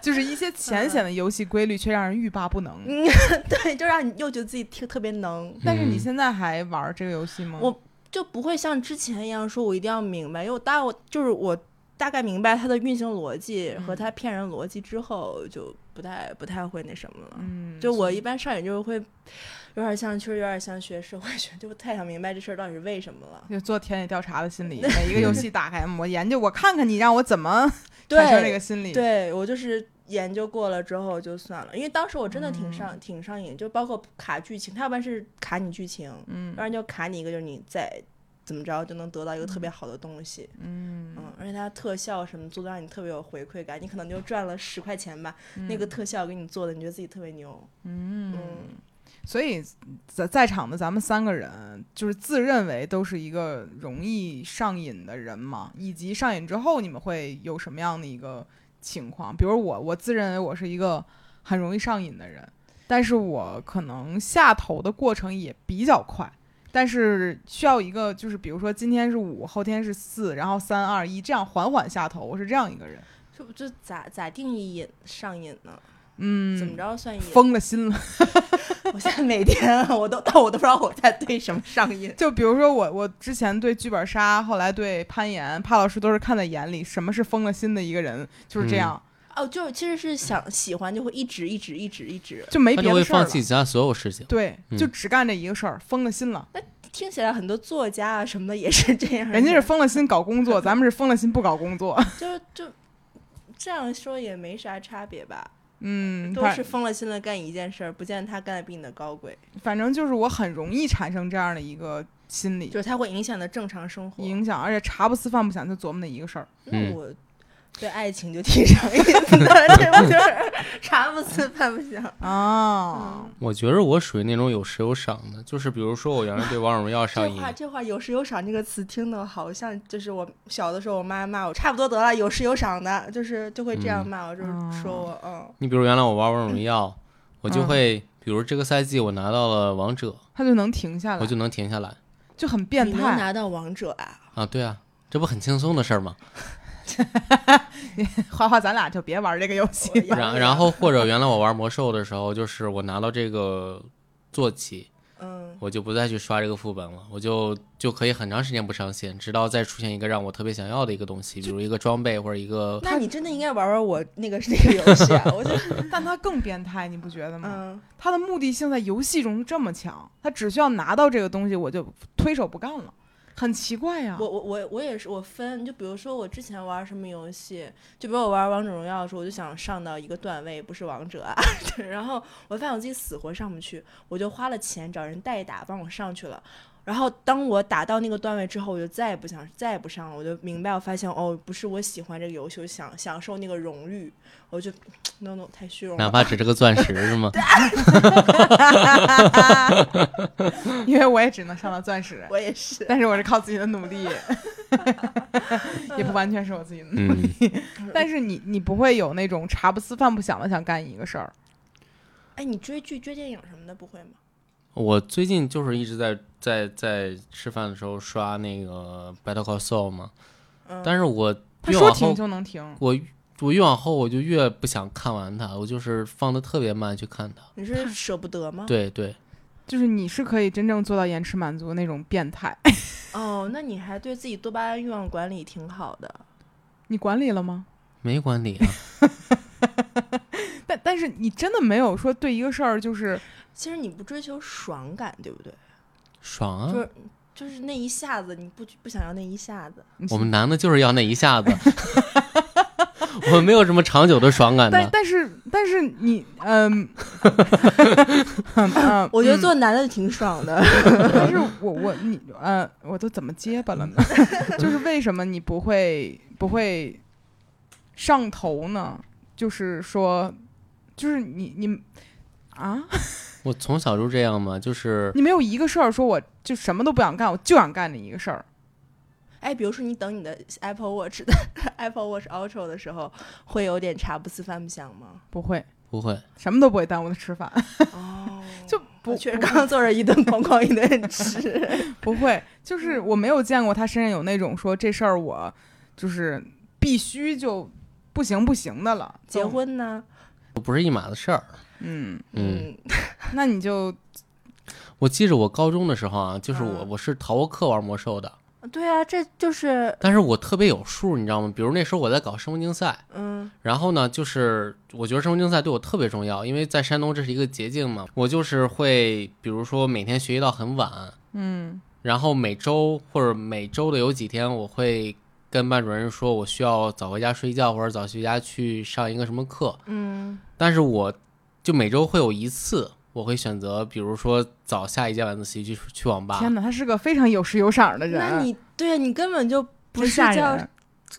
Speaker 1: 就是一些浅显的游戏规律，却让人欲罢不能。
Speaker 3: 嗯对，就让你又觉得自己特特别能，
Speaker 1: 但是你
Speaker 2: 嗯
Speaker 1: 现在还玩这个游戏吗？
Speaker 3: 我就不会像之前一样说我一定要明白，因为我大我就是我大概明白它的运行逻辑
Speaker 1: 嗯
Speaker 3: 和它骗人逻辑之后，就不太不太会那什么了。
Speaker 1: 嗯，
Speaker 3: 就我一般上瘾就是会，有点像，其实有点像学社会学，就太想明白这事儿到底是为什么了。
Speaker 1: 就做田野调查的 心理，每一个游戏打开，我研究，我看看你让我怎么产生这个
Speaker 3: 对，
Speaker 1: 心理。，
Speaker 3: 对我就是研究过了之后就算了，因为当时我真的挺
Speaker 1: 嗯
Speaker 3: 上、挺上瘾，就包括卡剧情，它要不然是卡你剧情，
Speaker 1: 嗯
Speaker 3: 要不然就卡你一个就是你在怎么着就能得到一个特别好的东西，
Speaker 1: 嗯
Speaker 3: 嗯，而且它特效什么做的让你特别有回馈感，你可能就赚了十块钱吧，那个特效给你做的，你觉得自己特别牛，
Speaker 1: 嗯
Speaker 3: 嗯
Speaker 1: 所以在在场的咱们三个人，就是自认为都是一个容易上瘾的人嘛，以及上瘾之后你们会有什么样的一个情况？比如我，我自认为我是一个很容易上瘾的人，但是我可能下头的过程也比较快。但是需要一个，就是比如说今天是五，后天是四，然后三二一，这样缓缓下头。我是这样一个人，
Speaker 3: 这不这咋咋定义瘾上瘾呢？
Speaker 1: 嗯，
Speaker 3: 怎么着算瘾？
Speaker 1: 疯了心了。
Speaker 3: 我现在每天啊我都，但我都不知道我在对什么上瘾。
Speaker 1: 就比如说我，我之前对剧本杀，后来对攀岩，帕老师都是看在眼里。什么是疯了心的一个人，就是
Speaker 2: 嗯
Speaker 1: 这样，
Speaker 3: 哦，就是其实是想喜欢就会一直一直一直一直，
Speaker 1: 就没
Speaker 2: 他
Speaker 1: 别
Speaker 2: 就会
Speaker 1: 的事儿
Speaker 2: 放
Speaker 1: 了。
Speaker 2: 弃其他所有事情。
Speaker 1: 对，
Speaker 2: 嗯
Speaker 1: 就只干这一个事儿，疯了心了。
Speaker 3: 听起来很多作家啊什么的也是这样的，
Speaker 1: 人家是疯了心搞工作，咱们是疯了心不搞工作。
Speaker 3: 就就这样说也没啥差别吧，
Speaker 1: 嗯，
Speaker 3: 都
Speaker 1: 反
Speaker 3: 是疯了心的干一件事儿，不见他干的比你的高贵，
Speaker 1: 反正就是我很容易产生这样的一个心理
Speaker 3: 就是它会影响的正常生活。
Speaker 1: 影响，而且茶不思饭不想，就琢磨那一个事儿。
Speaker 3: 那
Speaker 2: 嗯
Speaker 3: 我对爱情就挺上瘾的，这不就是 茶不思饭不想。
Speaker 1: 啊，
Speaker 2: 我觉得我属于那种有时有赏的，就是比如说我原来对 王者荣耀上
Speaker 3: 这
Speaker 2: 瘾，
Speaker 3: 话这话“有时有赏”这个词听的好像就是我小的时候，我妈骂我差不多得了，有时有赏的，就是就会
Speaker 2: 嗯
Speaker 3: 这样骂我，就是说我嗯，
Speaker 2: 你比如原来我玩王者荣耀，
Speaker 1: 嗯
Speaker 2: 我就会，比如这个赛季我拿到了王者，
Speaker 1: 他就能停下
Speaker 2: 我
Speaker 1: 来，
Speaker 2: 就能停下来
Speaker 1: 就很变
Speaker 3: 你能
Speaker 1: 态。
Speaker 3: 拿到王者啊？
Speaker 2: 啊，对啊，这不很轻松的事儿吗？
Speaker 1: 花花，咱俩就别玩这个游戏。
Speaker 3: 我要
Speaker 2: 然然后或者原来我玩魔兽的时候，就是我拿到这个坐骑，
Speaker 3: 嗯，
Speaker 2: 我就不再去刷这个副本了，我就就可以很长时间不上线，直到再出现一个让我特别想要的一个东西，比如一个装备或者一个
Speaker 3: 那你真的应该玩玩我那个那个游戏啊！我就
Speaker 1: 但他更变态，你不觉得吗？
Speaker 3: 嗯，
Speaker 1: 它的目的性在游戏中这么强，他只需要拿到这个东西，我就推手不干了，很奇怪呀、
Speaker 3: 我我我我也是，我分就比如说我之前玩什么游戏，就比如我玩王者荣耀的时候，我就想上到一个段位，不是王者啊， 对然后我发现我自己死活上不去，我就花了钱找人代打帮我上去了。然后当我打到那个段位之后，我就再也不想再也不上了。我就明白，我发现哦，不是我喜欢这个游戏，我想享受那个荣誉，我就 no no 太虚荣
Speaker 2: 哪
Speaker 3: 了。
Speaker 2: 怕只是个钻石 是吗？
Speaker 1: 因为我也只能上到钻石，
Speaker 3: 我也是，
Speaker 1: 但是我是靠自己的努力，也不完全是我自己的 努力。
Speaker 2: 嗯，
Speaker 1: 但是你你不会有那种茶不思饭不想的想干一个事儿，
Speaker 3: 哎，你追剧、追电影什么的不会吗？
Speaker 2: 我最近就是一直在在在吃饭的时候刷那个 Battle Call Saul 嘛，但是我
Speaker 1: 嗯他
Speaker 2: 越
Speaker 1: 说
Speaker 2: 往
Speaker 1: 停
Speaker 2: 啊后
Speaker 1: 就能停。
Speaker 2: 我我越往后我就越不想看完它，我就是放的特别慢去看它。
Speaker 3: 你是舍不得
Speaker 1: 嗯
Speaker 3: 吗？
Speaker 2: 对对，
Speaker 1: 就是你是可以真正做到延迟满足的那种变态。
Speaker 3: 哦，那你还对自己多巴胺欲望管理挺好的。
Speaker 1: 你管理了吗？
Speaker 2: 没管理啊，
Speaker 1: 但但是你真的没有说对一个事儿就是
Speaker 3: 其实你不追求爽感，对不对？
Speaker 2: 爽
Speaker 3: 就
Speaker 2: 啊！
Speaker 3: 是就是那一下子，你不不想要那一下子。
Speaker 2: 我们男的就是要那一下子， 我们没有什么长久的爽感
Speaker 1: 但
Speaker 2: 的。
Speaker 1: 但是但是你嗯，嗯 嗯
Speaker 3: 我觉得做男的挺爽的。
Speaker 1: 但是我我你呃，我都怎么结巴了呢？ 就是为什么你不会不会上头呢？就是说，就是你你啊，
Speaker 2: 我从小就这样嘛，就是
Speaker 1: 你没有一个事儿说我就什么都不想干，我就想干这一个事儿。
Speaker 3: 哎，比如说你等你的 Apple Watch 的 Apple Watch Ultra 的时候，会有点茶不思饭不想吗？
Speaker 1: 不会，
Speaker 2: 不会，
Speaker 1: 什么都不会耽误他吃饭，
Speaker 3: 哦，
Speaker 1: 就不
Speaker 3: 确实
Speaker 1: 不
Speaker 3: 刚刚坐着一顿哐哐一顿吃，
Speaker 1: 不会，就是
Speaker 3: 嗯
Speaker 1: 我没有见过他身上有那种说这事儿我就是必须就不行不行的了。
Speaker 3: 结，婚呢，
Speaker 2: 不是一码子事儿。
Speaker 1: 嗯，
Speaker 2: 嗯，
Speaker 1: 那你就
Speaker 2: 我记着我高中的时候啊，就是我
Speaker 3: 嗯
Speaker 2: 我是逃课玩魔兽的，
Speaker 3: 嗯，对啊，这就是
Speaker 2: 但是我特别有数，你知道吗？比如那时候我在搞生物竞赛，
Speaker 3: 嗯
Speaker 2: 然后呢，就是我觉得生物竞赛对我特别重要，因为在山东这是一个捷径嘛。我就是会，比如说每天学习到很晚，
Speaker 1: 嗯
Speaker 2: 然后每周或者每周的有几天，我会跟班主任说我需要早回家睡觉，或者早回家去上一个什么课。
Speaker 3: 嗯
Speaker 2: 但是我就每周会有一次，我会选择，比如说早下一节晚自习去去网吧。
Speaker 1: 天哪，他是个非常有识有赏的人。
Speaker 3: 那你对啊，你根本就不
Speaker 1: 真
Speaker 3: 是
Speaker 1: 吓
Speaker 3: 叫
Speaker 1: 人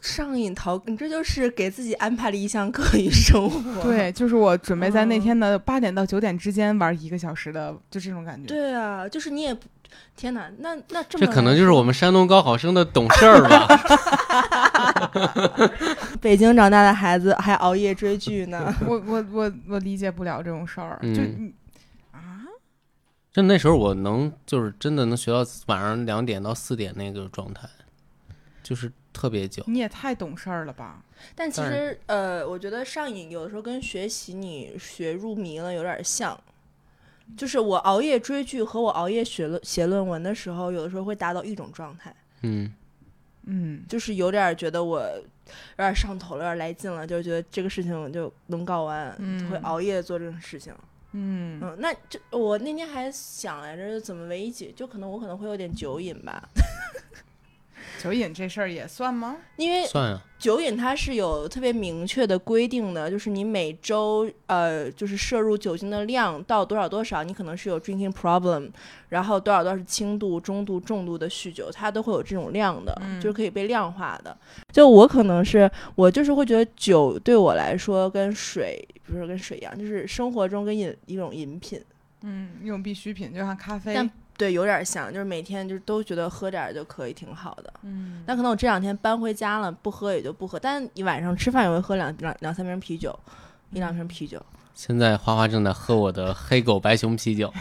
Speaker 3: 上瘾逃，你这就是给自己安排了一项课 余生活。
Speaker 1: 对，就是我准备在那
Speaker 3: 嗯
Speaker 1: 天的八点到九点之间玩一个小时的，就这种感觉。
Speaker 3: 对啊，就是你也不，天哪，那那这么
Speaker 2: 这可能就是我们山东高考生的懂事儿吧。
Speaker 3: 北京长大的孩子还熬夜追剧呢。
Speaker 1: 我我我我理解不了这种事儿，就
Speaker 2: 嗯
Speaker 1: 你啊，
Speaker 2: 就那时候我能就是真的能学到晚上两点到四点那个状态，就是特别久。
Speaker 1: 你也太懂事儿了吧？
Speaker 3: 但其
Speaker 2: 但是
Speaker 3: 实呃，我觉得上瘾有的时候跟学习你学入迷了有点像。就是我熬夜追剧和我熬夜写论写论文的时候，有的时候会达到一种状态，
Speaker 2: 嗯，
Speaker 1: 嗯，
Speaker 3: 就是有点觉得我有点上头了，有点来劲了，就是觉得这个事情我就能搞完，
Speaker 1: 嗯
Speaker 3: 会熬夜做这种事情。
Speaker 1: 嗯，
Speaker 3: 嗯，那这我那天还想来着怎么为一解，就可能我可能会有点酒瘾吧，
Speaker 1: 酒瘾这事儿也算吗？
Speaker 3: 因为
Speaker 2: 算啊，
Speaker 3: 酒瘾它是有特别明确的规定的，就是你每周呃，就是摄入酒精的量到多少多少，你可能是有 drinking problem，然后多少多少是轻度、中度、重度的酗酒，它都会有这种量的，
Speaker 1: 嗯
Speaker 3: 就是可以被量化的。就我可能是我就是会觉得酒对我来说跟水不是跟水一样，就是生活中跟饮一种饮品。
Speaker 1: 嗯，一种必需品，就像咖啡。
Speaker 3: 但对，有点像，就是每天就是都觉得喝点儿就可以，挺好的。
Speaker 1: 嗯，
Speaker 3: 但可能我这两天搬回家了，不喝也就不喝，但你晚上吃饭也会喝两两两三瓶啤酒，一两瓶啤酒。
Speaker 2: 现在花花正在喝我的黑狗白熊啤酒。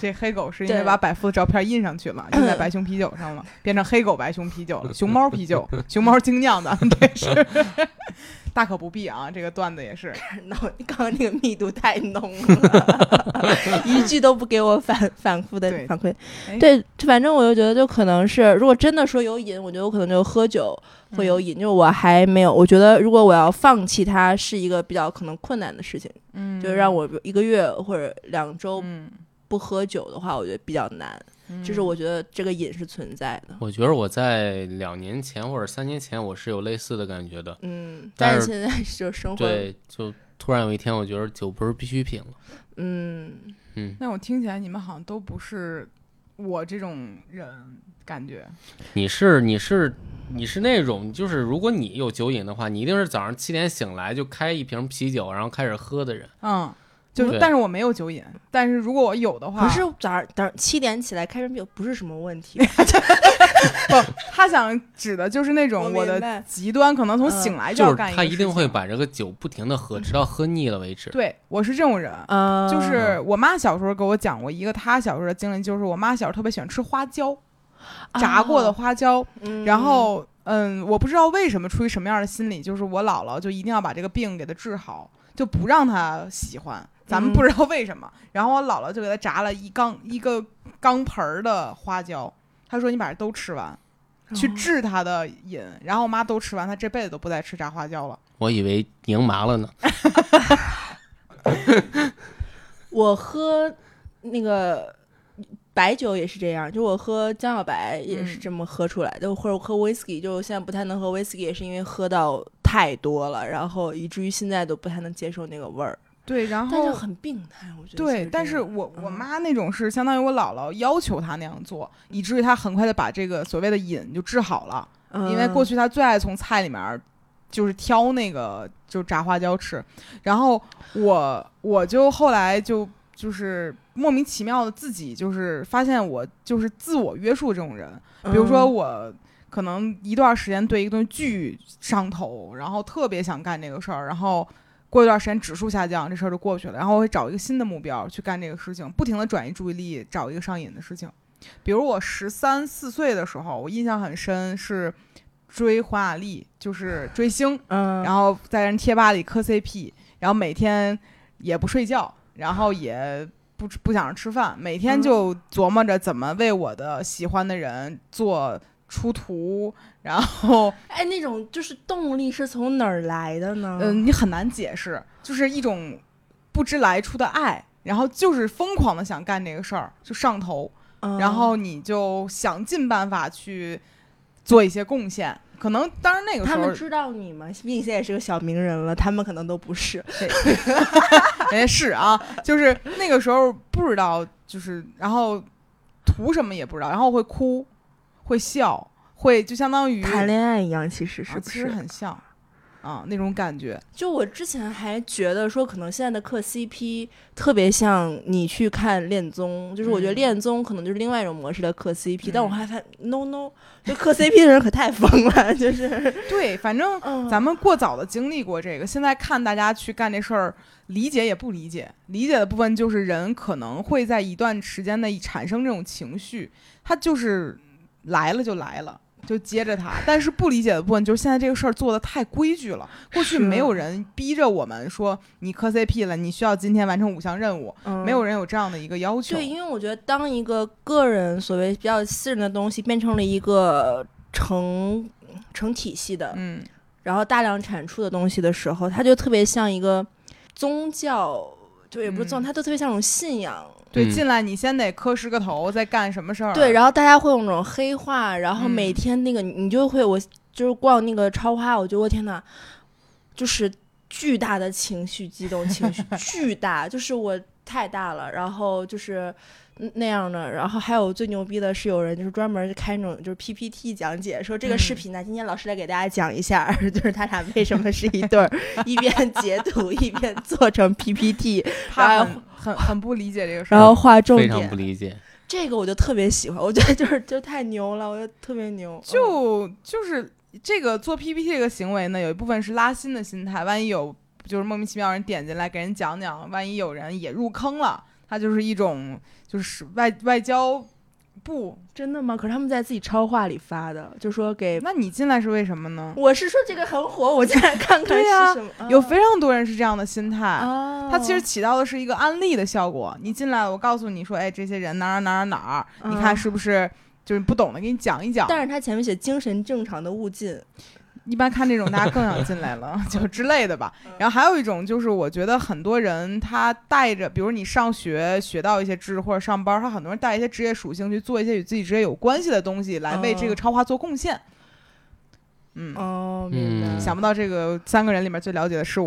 Speaker 1: 这黑狗是因为
Speaker 3: 对
Speaker 1: 把百富的照片印上去了，印在白熊啤酒上了，变成黑狗白熊啤酒了，熊猫啤酒，熊猫精酿的，这是大可不必啊。这个段子也是，
Speaker 3: 那我刚刚那个密度太浓了， 一句都不给我反反复的
Speaker 1: 对
Speaker 3: 反馈
Speaker 1: 哎。
Speaker 3: 对，反正我就觉得，就可能是如果真的说有瘾，我觉得我可能就喝酒
Speaker 1: 嗯
Speaker 3: 会有瘾，就我还没有。我觉得如果我要放弃它，是一个比较可能困难的事情，
Speaker 1: 嗯
Speaker 3: 就让我一个月或者两周
Speaker 1: 嗯，
Speaker 3: 不喝酒的话，我觉得比较难。就是我觉得这个瘾是存在的。
Speaker 2: 我觉得我在两年前或者三年前，我是有类似的感觉的。
Speaker 3: 嗯，
Speaker 2: 但是
Speaker 3: 但是现 在就生
Speaker 1: 嗯
Speaker 3: 活，
Speaker 2: 对，就突然有一天，我觉得酒不是必需品了。
Speaker 3: 嗯，
Speaker 2: 嗯，
Speaker 1: 那我听起来你们好像都不是我这种人，感觉
Speaker 2: 你是你是你是那种，就是如果你有酒瘾的话，你一定是早上七点醒来就开一瓶啤酒，然后开始喝的人。
Speaker 1: 嗯。就
Speaker 2: 对
Speaker 1: 但是我没有酒瘾，但是如果我有的话，
Speaker 3: 不是早上早上七点起来开瓶酒不是什么问 题，
Speaker 1: 不，他想指的就是那种
Speaker 3: 我
Speaker 1: 我
Speaker 3: 明
Speaker 1: 的
Speaker 3: 白
Speaker 1: 极端，可能从
Speaker 3: 嗯
Speaker 1: 醒来就
Speaker 2: 就
Speaker 1: 要
Speaker 2: 是
Speaker 1: 干一
Speaker 2: 他
Speaker 1: 个
Speaker 2: 一
Speaker 1: 事
Speaker 2: 定会
Speaker 1: 情啊嗯
Speaker 2: 把这个酒不停的喝，直到喝腻了为止。
Speaker 1: 对我是这种人，
Speaker 3: 呃
Speaker 1: 就是我妈小时候给我讲过一个她小时候的经历，就是我妈小时候特别喜欢吃花椒，炸过的，花椒。
Speaker 3: 嗯
Speaker 1: 然后，嗯，我不知道为什么出于什么样的心理，就是我姥姥就一定要把这个病给她治好，就不让她喜欢。咱们
Speaker 3: 嗯
Speaker 1: 不知道为什么。然后我姥姥就给她炸了一缸一个钢盆儿的花椒，她说你把这都吃完，去
Speaker 3: 哦
Speaker 1: 治她的瘾。然后我妈都吃完，她这辈子都不再吃炸花椒了。
Speaker 2: 我以为赢麻了呢。
Speaker 3: 我喝那个。白酒也是这样，就我喝江小白也是
Speaker 1: 嗯
Speaker 3: 这么喝出来的，或者我喝 whisky，就我现在不太能喝 whisky，也是因为喝到太多了，然后以至于现在都不太能接受那个味儿，
Speaker 1: 对，然
Speaker 3: 但
Speaker 1: 后
Speaker 3: 是很病态，我觉得其
Speaker 1: 对，
Speaker 3: 实
Speaker 1: 但
Speaker 3: 这
Speaker 1: 是
Speaker 3: 样
Speaker 1: 我我
Speaker 3: 嗯
Speaker 1: 妈那种是相当于我姥姥要求她那样做，以至于她很快的把这个所谓的瘾就治好了。因为过
Speaker 3: 去
Speaker 1: 去她最爱从菜里面儿就是挑那个就炸花椒吃，然后我我就后来就就是莫名其妙的自己就是发现我就是自我约束这种人，比如
Speaker 3: 嗯
Speaker 1: 说我可能一段时间对一个东西巨上头，然后特别想干这个事儿，然后。过一段时间指数下降，这事儿就过去了。然后我会找一个新的目标去干这个事情，不停的转移注意力，找一个上瘾的事情。比如我十三四岁的时候，我印象很深是追黄雅莉，就是追星，
Speaker 3: 嗯，
Speaker 1: 然后在人贴吧里磕 CP，然后每天也不睡觉，然后也不吃不想着吃饭，每
Speaker 3: 嗯
Speaker 1: 天就琢磨着怎么为我的喜欢的人做出图，然后
Speaker 3: 哎，那种就是动力是从哪儿来的呢？
Speaker 1: 嗯、呃你很难解释，就是一种不知来处的爱，然后就是疯狂的想干这个事儿，就上头，
Speaker 3: 嗯，
Speaker 1: 然后你就想尽办法去做一些贡献。可能当然那个时
Speaker 3: 他
Speaker 1: 候
Speaker 3: 们，知道你吗？毕竟现在也是个小名人了，他们可能都不是。
Speaker 1: 人家是啊，就是那个时候不知道，就是然后图什么也不知道，然后会哭，会笑，会就相当于
Speaker 3: 谈恋爱一样，其实是
Speaker 1: 啊
Speaker 3: 不
Speaker 1: 其
Speaker 3: 是？
Speaker 1: 实很像啊那种感觉。
Speaker 3: 就我之前还觉得说，可能现在的磕 CP 特别像你去看恋综，就是我觉得
Speaker 1: 嗯
Speaker 3: 恋综可能就是另外一种模式的磕 CP，、
Speaker 1: 嗯
Speaker 3: 但我还发现 no no，就磕 CP 的人可太疯了， 就是
Speaker 1: 对，反正
Speaker 3: 嗯，
Speaker 1: 咱们过早的经历过这个，现在看大家去干这事儿，理解也不理解。理解的部分就是人可能会在一段时间内产生这种情绪，他就是来了就来了。就接着他，但是不理解的部分就是现在这个事儿做的太规矩了。过去
Speaker 3: 是
Speaker 1: 没有人逼着我们说你磕 CP 了，你需要今天完成五项任务，
Speaker 3: 嗯
Speaker 1: 没有人有这样的一个要求。
Speaker 3: 对，因为我觉得当一个个人所谓比较私人的东西变成了一个成成体系的，
Speaker 1: 嗯，
Speaker 3: 然后大量产出的东西的时候，它就特别像一个宗教，就也不是宗
Speaker 1: 嗯
Speaker 3: 教，它就特别像一种信仰。
Speaker 1: 对，
Speaker 2: 嗯
Speaker 1: 进来你先得磕十个头，再干什么事儿？啊
Speaker 3: 对，然后大家会有那种黑化，然后每
Speaker 1: 嗯
Speaker 3: 天那个你你就会，我就是逛那个超话，我觉得我天呐，就是巨大的情绪激动，情绪巨大，就是我太大了，然后就是。嗯那样的，然后还有最牛逼的是，有人就是专门开那种就是 PPT 讲解，说这个
Speaker 1: 嗯
Speaker 3: 视频呢，今天老师来给大家讲一下， 就是他俩为什么是一对儿，一边截图一边做成 PPT，
Speaker 1: 他
Speaker 3: 然
Speaker 1: 很很很不理解这个事儿。
Speaker 3: 然后画重
Speaker 2: 啊非
Speaker 3: 点，
Speaker 2: 常不理解。
Speaker 3: 这个我就特别喜欢，我觉得就是就太牛了，我觉得特别牛。嗯
Speaker 1: 就就是这个做 PPT 这个行为呢，有一部分是拉新的心态，万一有就是莫名其妙人点进来给人讲讲，万一有人也入坑了，它就是一种就是外外交部。
Speaker 3: 真的吗？可是他们在自己超话里发的，就说给
Speaker 1: 那你进来是为什么呢？
Speaker 3: 我是说这个很火，我进来看看
Speaker 1: 对呀
Speaker 3: 是什么。啊
Speaker 1: 有非常多人是这样的心态。
Speaker 3: 啊，
Speaker 1: 它其实起到的是一个安利的效果。你进来，我告诉你说，哎，这些人哪儿哪儿哪儿哪儿，你看
Speaker 3: 嗯
Speaker 1: 是不是就是不懂的，给你讲一讲。
Speaker 3: 但是他前面写精神正常的勿进，
Speaker 1: 一般看这种，大家更想进来 了，就之类的吧。然后还有一种就是，我觉得很多人他带着，比如你上学学到一些知识或者上班，他很多人带一些职业属性去做一些与自己职业有关系的东西，来为这个
Speaker 3: 哦
Speaker 1: 超话做贡献。嗯，
Speaker 3: 哦，明白。
Speaker 2: 嗯
Speaker 1: 想不到这个三个人里面最了解的是我，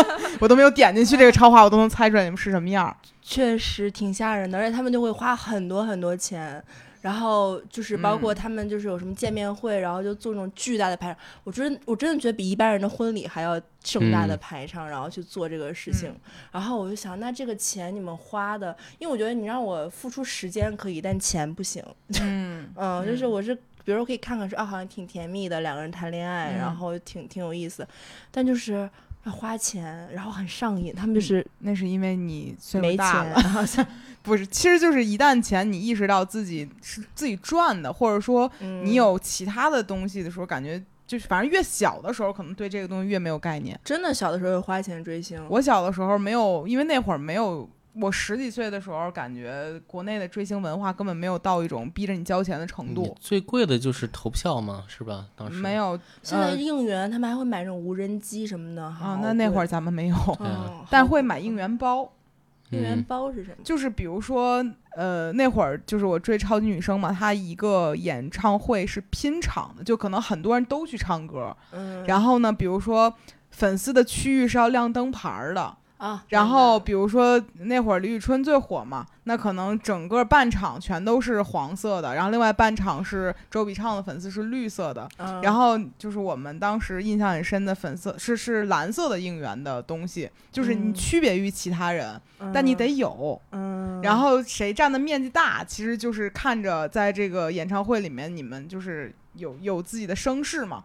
Speaker 1: 我都没有点进去这个超话，我都能猜出来你们是什么样儿。
Speaker 3: 确实挺吓人的，而且他们就会花很多很多钱，然后就是包
Speaker 1: 嗯
Speaker 3: 括他们就是有什么见面会，然后就做那种巨大的排场。我真我真的觉得比一般人的婚礼还要盛大的
Speaker 1: 嗯
Speaker 3: 排场，然后去做这个事情。然后我就想，那这个钱你们花的，因为我觉得你让我付出时间可以，但钱不行。
Speaker 1: 嗯
Speaker 3: 嗯，就是我是，比如说可以看看说啊，好像挺甜蜜的，两个人谈恋爱，
Speaker 1: 嗯
Speaker 3: 然后挺挺有意思，但就是。要花钱，然后很上瘾，他
Speaker 1: 嗯
Speaker 3: 们就是
Speaker 1: 那是因为你岁
Speaker 3: 没
Speaker 1: 数
Speaker 3: 钱，
Speaker 1: 大了。
Speaker 3: 然后想
Speaker 1: 不是，其实就是一旦钱你意识到自己是自己赚的，或者说
Speaker 3: 嗯
Speaker 1: 你有其他的东西的时候，感觉就是反正越小的时候，可能对这个东西越没有概念。
Speaker 3: 真的小的时候有花钱追星，
Speaker 1: 我小的时候没有，因为那会儿没有，我十几岁的时候，感觉国内的追星文化根本没有到一种逼着你交钱的程
Speaker 2: 你
Speaker 1: 度，
Speaker 2: 最贵的就是投票嘛，嗯啊是吧？当时
Speaker 1: 没有
Speaker 3: 现在
Speaker 1: 呃
Speaker 3: 应援他们还会买那种无人机什么的哈。
Speaker 1: 啊。那那会儿咱们没有，
Speaker 3: 嗯，
Speaker 1: 但
Speaker 3: 好
Speaker 1: 会买应援包，
Speaker 3: 应援
Speaker 2: 嗯
Speaker 3: 包是什么？
Speaker 1: 就是比如说，呃，那会儿就是我追超级女声嘛，她一个演唱会是拼场的，就可能很多人都去唱歌，
Speaker 3: 嗯，
Speaker 1: 然后呢，比如说粉丝的区域是要亮灯牌儿的，
Speaker 3: 啊，
Speaker 1: 然
Speaker 3: 明
Speaker 1: 后
Speaker 3: 白
Speaker 1: 比如说那会儿李宇春最火嘛，那可能整个半场全都是黄色的，然后另外半场是周笔畅的粉丝是绿色的，
Speaker 3: 了嗯
Speaker 1: 然后就是我们当时印象很深的粉色是是蓝色的应援的东西，就是你
Speaker 3: 嗯
Speaker 1: 区别于其他人，但你得，有。
Speaker 3: 嗯，嗯
Speaker 1: 然后谁占的面积大，其实就是看着在这个演唱会里面你们就是有有自己的声势嘛。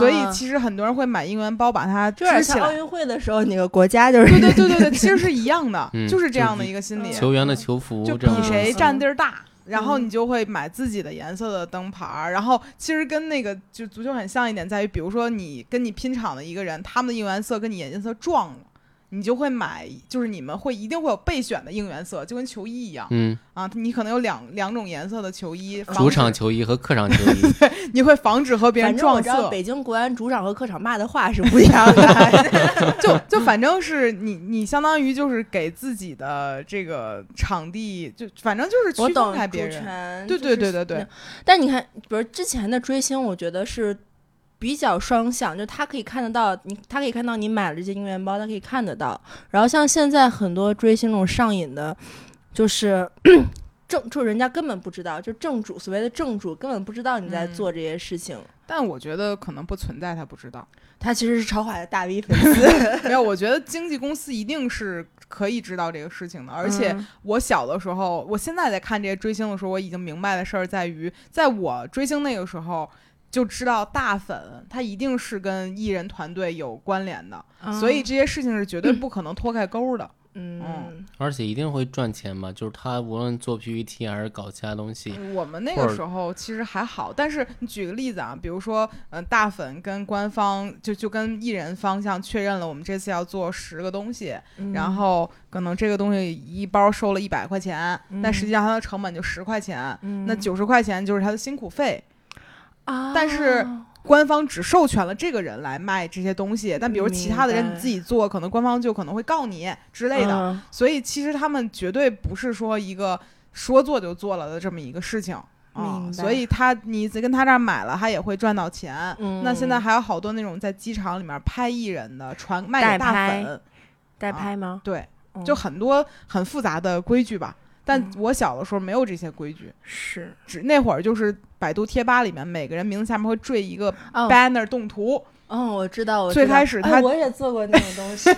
Speaker 1: 所以
Speaker 3: 啊
Speaker 1: 其实很多人会买应援包把它
Speaker 3: 就有点
Speaker 1: 支起
Speaker 3: 像奥
Speaker 1: 来。
Speaker 3: 运会的时候，哪个国家就是
Speaker 1: 对对对对对，其实是 一样的，
Speaker 2: 嗯
Speaker 1: 就是这
Speaker 2: 就
Speaker 1: 样的
Speaker 2: 是
Speaker 1: 一个心理。
Speaker 2: 球员的球服
Speaker 1: 就
Speaker 2: 这样
Speaker 1: 比
Speaker 2: 的东
Speaker 1: 谁
Speaker 2: 西，
Speaker 1: 占地儿大，然后
Speaker 3: 嗯
Speaker 1: 你就会买自己的颜色的灯牌儿。然后其实跟那个就足球很像一点，在于比如说你跟你拼场的一个人，他们的应援色跟你颜色撞了。你就会买，就是你们会一定会有备选的应援色，就跟球衣一样、
Speaker 2: 嗯，
Speaker 1: 啊。你可能有两两种颜色的球衣，防
Speaker 2: 主场
Speaker 1: 止
Speaker 2: 球衣和客场球衣，
Speaker 1: 你会防止和别
Speaker 3: 反
Speaker 1: 人
Speaker 3: 正我
Speaker 1: 撞
Speaker 3: 知道
Speaker 1: 色，
Speaker 3: 北京国安主场和客场骂的话是不一样的。
Speaker 1: 就
Speaker 3: 嗯
Speaker 1: 就反正是你你相当于就是给自己的这个场地，就反正就是
Speaker 3: 我
Speaker 1: 区分
Speaker 3: 懂
Speaker 1: 开别
Speaker 3: 主
Speaker 1: 人。
Speaker 3: 权，
Speaker 1: 对
Speaker 3: 就
Speaker 1: 对
Speaker 3: 是
Speaker 1: 对对对。
Speaker 3: 但你看，比如之前的追星，我觉得是比较双向，就他可以看得到你，他可以看到你买了这些应援包，他可以看得到。然后像现在很多追星那种上瘾的，就是 正就人家根本不知道，就正主所谓的正主根本不知道你在
Speaker 1: 嗯
Speaker 3: 做这些事情。
Speaker 1: 但我觉得可能不存在，他不知道。
Speaker 3: 他其实是超华的大 V 粉 丝，
Speaker 1: 没有，我觉得经纪公司一定是可以知道这个事情的。而且
Speaker 3: 嗯
Speaker 1: 我小的时候，我现在在看这些追星的时候，我已经明白的事儿在于，在我追星那个时候。就知道大粉他一定是跟艺人团队有关联的，所
Speaker 3: 哦
Speaker 1: 以这些事情是 绝对不可能脱开钩的。
Speaker 3: 嗯，
Speaker 2: 而且一定会赚钱嘛，就是他无论做 PPT 还是搞其他东西，
Speaker 1: 嗯我们那
Speaker 2: 或
Speaker 1: 个
Speaker 2: 者
Speaker 1: 时候其实还好，但是你举个例子啊，比如说，嗯、大粉跟官方就就跟艺人方向确认了，我们这次要做十个东西，
Speaker 3: 嗯
Speaker 1: 然后可能这个东西一包收了一百块钱，但实际上它的成本就十块钱，那
Speaker 3: 嗯
Speaker 1: 九十块钱就是他的辛苦费。
Speaker 3: 啊，
Speaker 1: 但是官方只授权了这个人来卖这些东西，但比如其他的
Speaker 3: 嗯明
Speaker 1: 人
Speaker 3: 白
Speaker 1: 你自己做，可能官方就可能会告你之类的。
Speaker 3: 嗯
Speaker 1: 所以其实他们绝对不是说一个说做就做了的这么一个事情。啊、
Speaker 3: 明白
Speaker 1: 所以他你跟他这儿买了，他也会赚到钱。
Speaker 3: 嗯
Speaker 1: 那现在还有好多那种在机场里面拍艺人的，传卖
Speaker 3: 代
Speaker 1: 给大
Speaker 3: 拍
Speaker 1: 粉，啊
Speaker 3: 代拍吗？
Speaker 1: 对，
Speaker 3: 嗯
Speaker 1: 就很多很复杂的规矩吧。但
Speaker 3: 嗯
Speaker 1: 我小的时候没有这些规矩，
Speaker 3: 是
Speaker 1: 只那会儿就是百度贴吧里面每个人名字下面会缀一个
Speaker 3: 哦
Speaker 1: banner 动图。
Speaker 3: 嗯，我知道，我
Speaker 1: 最
Speaker 3: 知道
Speaker 1: 开始
Speaker 3: 哎
Speaker 1: 他
Speaker 3: 我也做过那种东 西，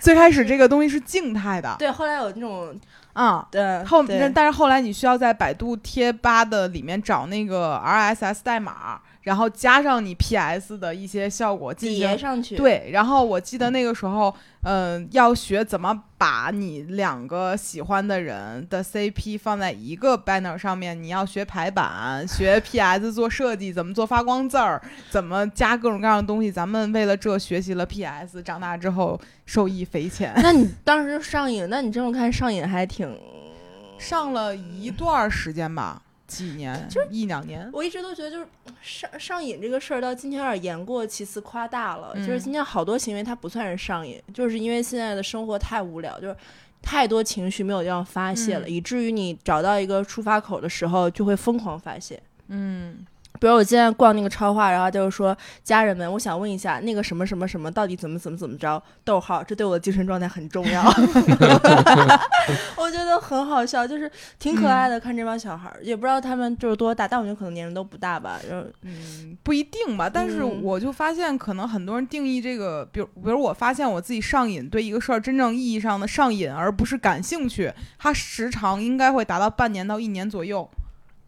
Speaker 1: 最开始这个东西是静态的，
Speaker 3: 对，后来有那种
Speaker 1: 啊、
Speaker 3: 对
Speaker 1: 后
Speaker 3: 对
Speaker 1: 但但是后来你需要在百度贴吧的里面找那个 RSS 代码，然后加上你 PS 的一些效果进
Speaker 3: 叠
Speaker 1: 行。
Speaker 3: 上去，，
Speaker 1: 对，然后我记得那个时候，嗯、要学怎么把你两个喜欢的人的 CP 放在一个 banner 上面，你要学排版，学 PS 做设计，怎么做发光字儿，怎么加各种各样的东西。咱们为了这学习了 PS，长大之后受益匪浅。
Speaker 3: 那你当时上瘾，那你这么看上瘾还挺，
Speaker 1: 上了一段儿时间吧，几年，一两年。
Speaker 3: 我一直都觉得就是上上瘾这个事儿到今天有点言过其实夸大了，
Speaker 1: 嗯
Speaker 3: 就是今天好多行为它不算是上瘾，就是因为现在的生活太无聊，就是。太多情绪没有地方发泄了，
Speaker 1: 嗯
Speaker 3: 以至于你找到一个出发口的时候，就会疯狂发泄。
Speaker 1: 嗯，
Speaker 3: 比如我今天逛那个超话，然后就是说家人们，我想问一下那个什么什么什么到底怎么怎么怎么着？逗号，这对我的精神状态很重要。 我觉得很好笑，就是挺可爱的，
Speaker 1: 嗯
Speaker 3: 看这帮小孩儿，也不知道他们就是多大，但我觉得可能年龄都不大吧。然后
Speaker 1: 嗯不一定吧，但是
Speaker 3: 嗯
Speaker 1: 我就发现，可能很多人定义这个，比如，比如我发现我自己上瘾，对一个事儿真正意义上的上瘾，而不是感兴趣，它时长应该会达到半年到一年左右。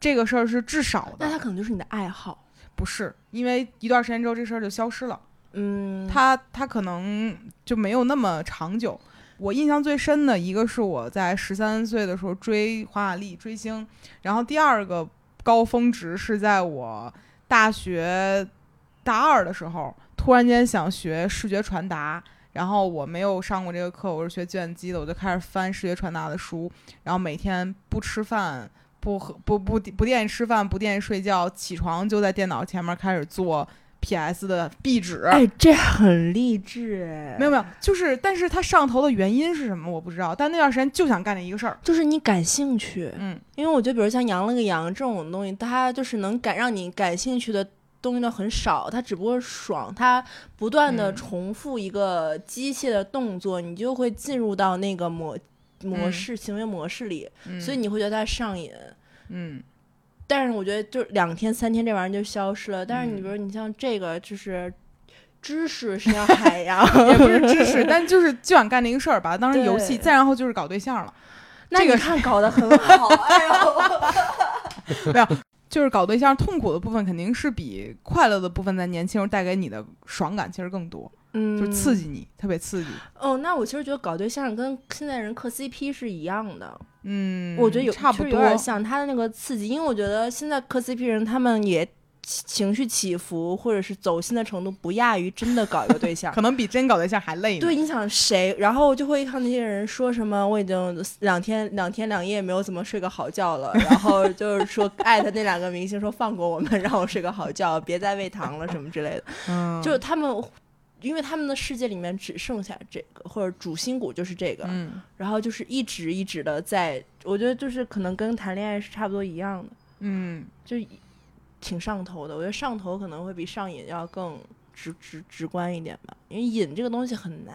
Speaker 1: 这个事儿是至少
Speaker 3: 那他
Speaker 1: 的，
Speaker 3: 可能就是你的爱好，
Speaker 1: 不是因为一段时间之后这事儿就消失了。
Speaker 3: 嗯，
Speaker 1: 它它可能就没有那么长久。我印象最深的一个是我在十三岁的时候追黄雅莉追星，然后第二个高峰值是在我大学大二的时候，突然间想学视觉传达。然后我没有上过这个课，我是学计算机的，我就开始翻视觉传达的书，然后每天不吃饭，不喝，不不不惦记吃饭，不惦记睡觉，起床就在电脑前面开始做 PS 的壁纸。
Speaker 3: 哎，这很励志哎。
Speaker 1: 没有没有，就是，但是他上头的原因是什么我不知道，但那段时间就想干这一个事儿。
Speaker 3: 就是你感兴趣，
Speaker 1: 嗯，
Speaker 3: 因为我觉得，比如像羊了个羊这种东西，它就是能感让你感兴趣的东西呢很少，它只不过爽，它不断的
Speaker 1: 嗯
Speaker 3: 重复一个机械的动作，你就会进入到那个模模
Speaker 1: 嗯
Speaker 3: 式、行为模式里，
Speaker 1: 嗯
Speaker 3: 所以你会觉得它上瘾。
Speaker 1: 嗯
Speaker 3: 但是我觉得，就是两天三天这玩意儿就消失了。但是你比如
Speaker 1: 嗯
Speaker 3: 你像这个，就是知识是像海洋，
Speaker 1: 也不是知识，但就是就想干这一个事儿，把它当成游戏，
Speaker 3: 对
Speaker 1: 再然后就是搞对象了。
Speaker 3: 那
Speaker 1: 这
Speaker 3: 你
Speaker 1: 个
Speaker 3: 看搞得很好，哎呦，
Speaker 1: 没有，就是搞对象痛苦的部分肯定是比快乐的部分在年轻时候带给你的爽感其实更多，
Speaker 3: 嗯，
Speaker 1: 就是刺
Speaker 3: 激。
Speaker 1: 激你，特别 刺激。
Speaker 3: 哦，那我其实觉得搞对象跟现在人磕 CP 是一样的，
Speaker 1: 嗯，
Speaker 3: 我觉得有
Speaker 1: 差
Speaker 3: 就
Speaker 1: 不
Speaker 3: 是
Speaker 1: 多
Speaker 3: 有点像他的那个刺激，因为我觉得现在磕 CP 人他们也起情绪起伏或者是走心的程度不亚于真的搞一个对象
Speaker 1: 可。能比真搞对象还累呢。
Speaker 3: 对，，你想谁？然后就会看那些人说什么，我已经两天两天两夜没有怎么睡个好觉了，然后就是 说艾特那两个明星说放过我们，让我睡个好觉，别再喂糖了什么之类的。
Speaker 1: 嗯，
Speaker 3: 就是他们，因为他们的世界里面只剩下这个，或者主心骨就是这个，
Speaker 1: 嗯，
Speaker 3: 然后就是一直一直的在，我觉得就是可能跟谈恋爱是差不多一样的，
Speaker 1: 嗯，
Speaker 3: 就一挺上头的。我觉得上头可能会比上瘾要更直直直观一点吧，因为瘾这个东西很难。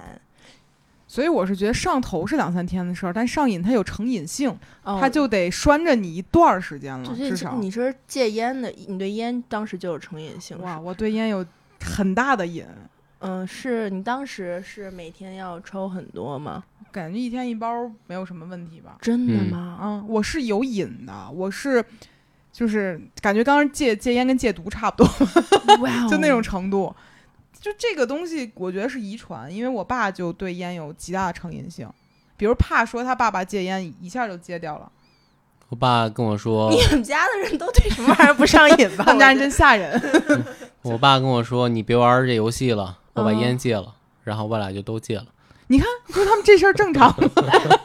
Speaker 1: 所以我是觉得上头是两三天的事儿，但上瘾它有成瘾性，
Speaker 3: 哦
Speaker 1: 它就得拴着你一段儿时间
Speaker 3: 就
Speaker 1: 了，
Speaker 3: 是
Speaker 1: 至少。
Speaker 3: 你是戒烟的，你对烟当时就有成瘾性。
Speaker 1: 哇，哦
Speaker 3: 是吧，
Speaker 1: 我对烟有很大的瘾，
Speaker 3: 嗯、是你当时是每天要抽很多吗？
Speaker 1: 感觉一天一包没有什么问题吧？
Speaker 3: 真的
Speaker 2: 嗯
Speaker 3: 吗？
Speaker 1: 啊，我是有瘾的，我是就是感觉刚刚戒戒烟跟戒毒差不多，
Speaker 3: 哇、哦，
Speaker 1: 就那种程度。就这个东西，我觉得是遗传，因为我爸就对烟有极大的成瘾性，比如怕说他爸爸戒烟一下就戒掉了，
Speaker 2: 我爸跟我说，
Speaker 3: 你们家的人都对什么玩意儿不上瘾 吧？
Speaker 1: 他们家人
Speaker 3: 我觉得
Speaker 1: 真吓人。
Speaker 2: 我爸跟我说你别玩这游戏了，我把
Speaker 3: 嗯
Speaker 2: 烟戒了，然后我俩就都戒了。
Speaker 1: 你说他们这事儿正常吗？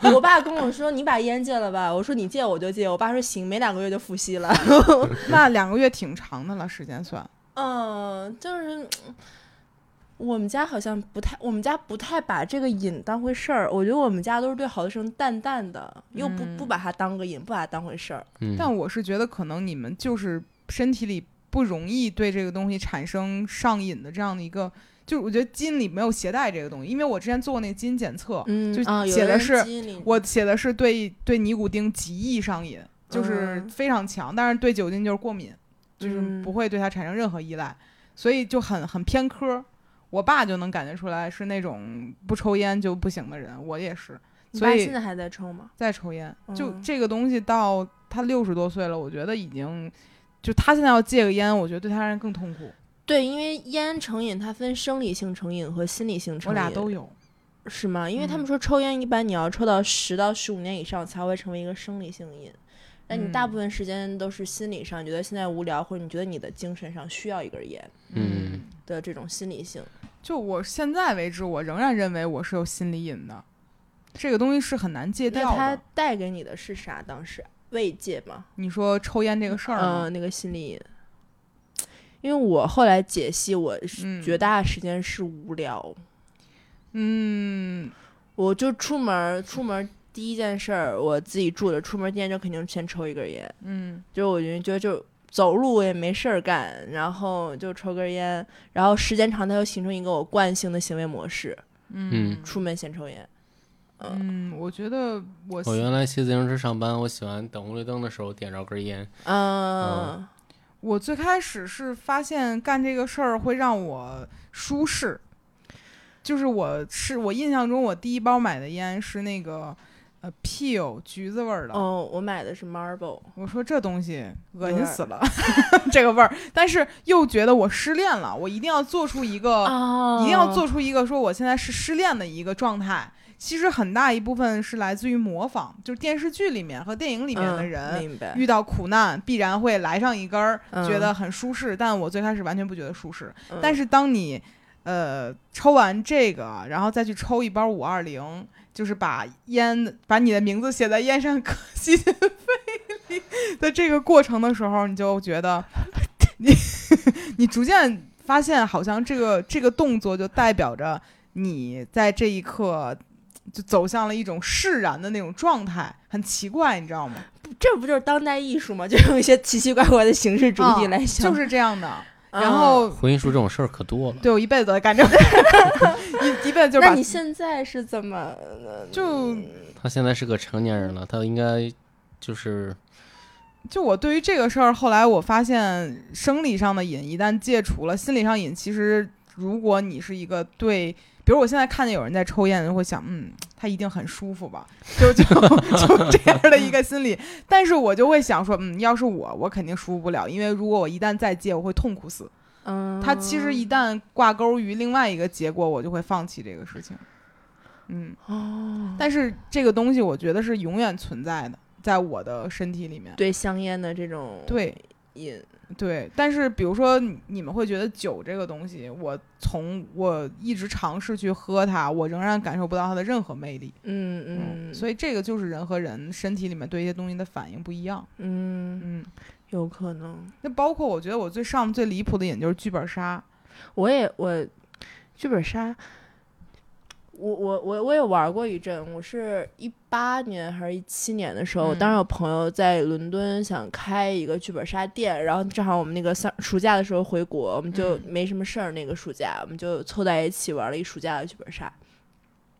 Speaker 3: 我爸跟我说：“你把烟戒了吧。”我说：“你戒我就戒。”我爸说：“行，没两个月就复吸了。
Speaker 1: 那两个月挺长的了，时间算。”
Speaker 3: 嗯，就是我们家好像不太，我们家不太把这个瘾当回事儿。我觉得我们家都是对好多事情淡淡的，又不
Speaker 1: 嗯
Speaker 3: 不把它当个瘾，不把它当回事儿。
Speaker 2: 嗯，
Speaker 1: 但我是觉得可能你们就是身体里不容易对这个东西产生上瘾的这样的一个，就是我觉得基因里没有携带这个东西，因为我之前做过那个基因检测，
Speaker 3: 嗯
Speaker 1: 就
Speaker 3: 啊，有
Speaker 1: 写的
Speaker 3: 人
Speaker 1: 是
Speaker 3: 基因里
Speaker 1: 我写的是对对尼古丁极易上瘾，就是
Speaker 3: 嗯
Speaker 1: 非常强，但是对酒精就是过敏，就是
Speaker 3: 嗯
Speaker 1: 不会对它产生任何依赖，所以就很很偏科。我爸就能感觉出来是那种不抽烟就不行的人，我也是
Speaker 3: 你
Speaker 1: 所
Speaker 3: 爸
Speaker 1: 以
Speaker 3: 现在还在抽吗？
Speaker 1: 在抽烟。就
Speaker 3: 嗯
Speaker 1: 这个东西到他六十多岁了，我觉得已经就他现在要戒个烟，我觉得对他人更痛苦。
Speaker 3: 对，因为烟成瘾，它分生理性成瘾和心理性成瘾，
Speaker 1: 我俩都有，
Speaker 3: 是吗？因为他们
Speaker 1: 嗯
Speaker 3: 说抽烟一般你要抽到十到十五年以上才会成为一个生理性瘾，那你大
Speaker 1: 嗯
Speaker 3: 部分时间都是心理上你觉得现在无聊，或者你觉得你的精神上需要一根烟
Speaker 2: 嗯，
Speaker 3: 的这种心理性。
Speaker 1: 就我现在为止，我仍然认为我是有心理瘾的，这个东西是很难戒
Speaker 3: 那
Speaker 1: 掉
Speaker 3: 它
Speaker 1: 的。
Speaker 3: 带给你的是啥？当时慰藉吗？
Speaker 1: 你说抽烟这个事儿
Speaker 3: 嗯、
Speaker 1: 吗，
Speaker 3: 那个心理瘾。因为我后来解析，我是
Speaker 1: 嗯
Speaker 3: 绝大时间是无聊，
Speaker 1: 嗯，
Speaker 3: 我就出门儿出门儿第一件事儿，我自己住的，出门儿第一件事儿肯定先抽一根烟。
Speaker 1: 嗯
Speaker 3: 就是我就觉得就走路我也没事儿干，然后就抽根烟，然后时间长它又形成一个我惯性的行为模式，
Speaker 1: 嗯
Speaker 3: 出门先抽烟。嗯
Speaker 1: 嗯，我觉得我
Speaker 2: 我原来骑自行车上班，我喜欢等红绿灯的时候点着根烟。
Speaker 3: 嗯
Speaker 1: 我最开始是发现干这个事儿会让我舒适，就是我是我印象中我第一包买的烟是那个呃 Peel 橘子味儿的，
Speaker 3: 哦，我买的是 Marble，
Speaker 1: 我说这东西恶
Speaker 3: 有点
Speaker 1: 心
Speaker 3: 儿
Speaker 1: 死了， 这个味儿，但是又觉得我失恋了，我一定要做出一个，
Speaker 3: 哦
Speaker 1: 一定要做出一个说我现在是失恋的一个状态。其实很大一部分是来自于模仿，就是电视剧里面和电影里面
Speaker 3: 嗯
Speaker 1: 的人，
Speaker 3: 明白。
Speaker 1: 遇到苦难必然会来上一根儿，
Speaker 3: 嗯
Speaker 1: 觉得很舒适。但我最开始完全不觉得舒适。但
Speaker 3: 是
Speaker 1: 是当你呃抽完这个，然后再去抽一包五二零，就是把烟把你的名字写在烟上，可惜心肺里 的这个过程的时候，你就觉得 你你逐渐发现，好像这个这个动作就代表着你在这一刻。就走向了一种释然的那种状态，很奇怪，你知道吗？
Speaker 3: 这不就是当代艺术吗？就用一些奇奇怪怪的形式主义
Speaker 1: 嗯
Speaker 3: 来想，
Speaker 1: 就是这样的。
Speaker 3: 嗯。
Speaker 1: 然后，
Speaker 2: 婚姻书这种事儿可多了。
Speaker 1: 对我一辈子都在干这个，一一辈子就是
Speaker 3: 那
Speaker 1: 把
Speaker 3: 你现在是怎么？呃
Speaker 1: 就
Speaker 2: 他现在是个成年人了，他应该就是
Speaker 1: 就我对于这个事儿，后来我发现生理上的瘾一旦戒除了，心理上瘾其实如果你是一个对比如我现在看见有人在抽烟，就会想，嗯，他一定很舒服吧，就就就这样的一个心理。但是我就会想说，嗯，要是我，我肯定舒服不了，因为如果我一旦再戒，我会痛苦死。
Speaker 3: 嗯，
Speaker 1: 它其实一旦挂钩于另外一个结果，我就会放弃这个事情。嗯，
Speaker 3: 哦，
Speaker 1: 但是这个东西我觉得是永远存在的，在我的身体里面。
Speaker 3: 对香烟的这种
Speaker 1: 对
Speaker 3: 瘾，
Speaker 1: 对，但是比如说你你们会觉得酒这个东西，我从我一直尝试去喝它，我仍然感受不到它的任何魅力。
Speaker 3: 嗯嗯，
Speaker 1: 所
Speaker 3: 以
Speaker 1: 以这个就是人和人身体里面对一些东西的反应不一样。
Speaker 3: 嗯
Speaker 1: 嗯，
Speaker 3: 有可能。
Speaker 1: 那包括我觉得我最上最离谱的瘾就是剧本杀。
Speaker 3: 我也我剧本杀，我我我我也玩过一阵，我是一八年还是一七年的时候，
Speaker 1: 嗯
Speaker 3: 当时有朋友在伦敦想开一个剧本杀店，然后正好我们那个上暑假的时候回国，我们就
Speaker 1: 嗯
Speaker 3: 没什么事儿，那个暑假我们就凑在一起玩了一暑假的剧本杀，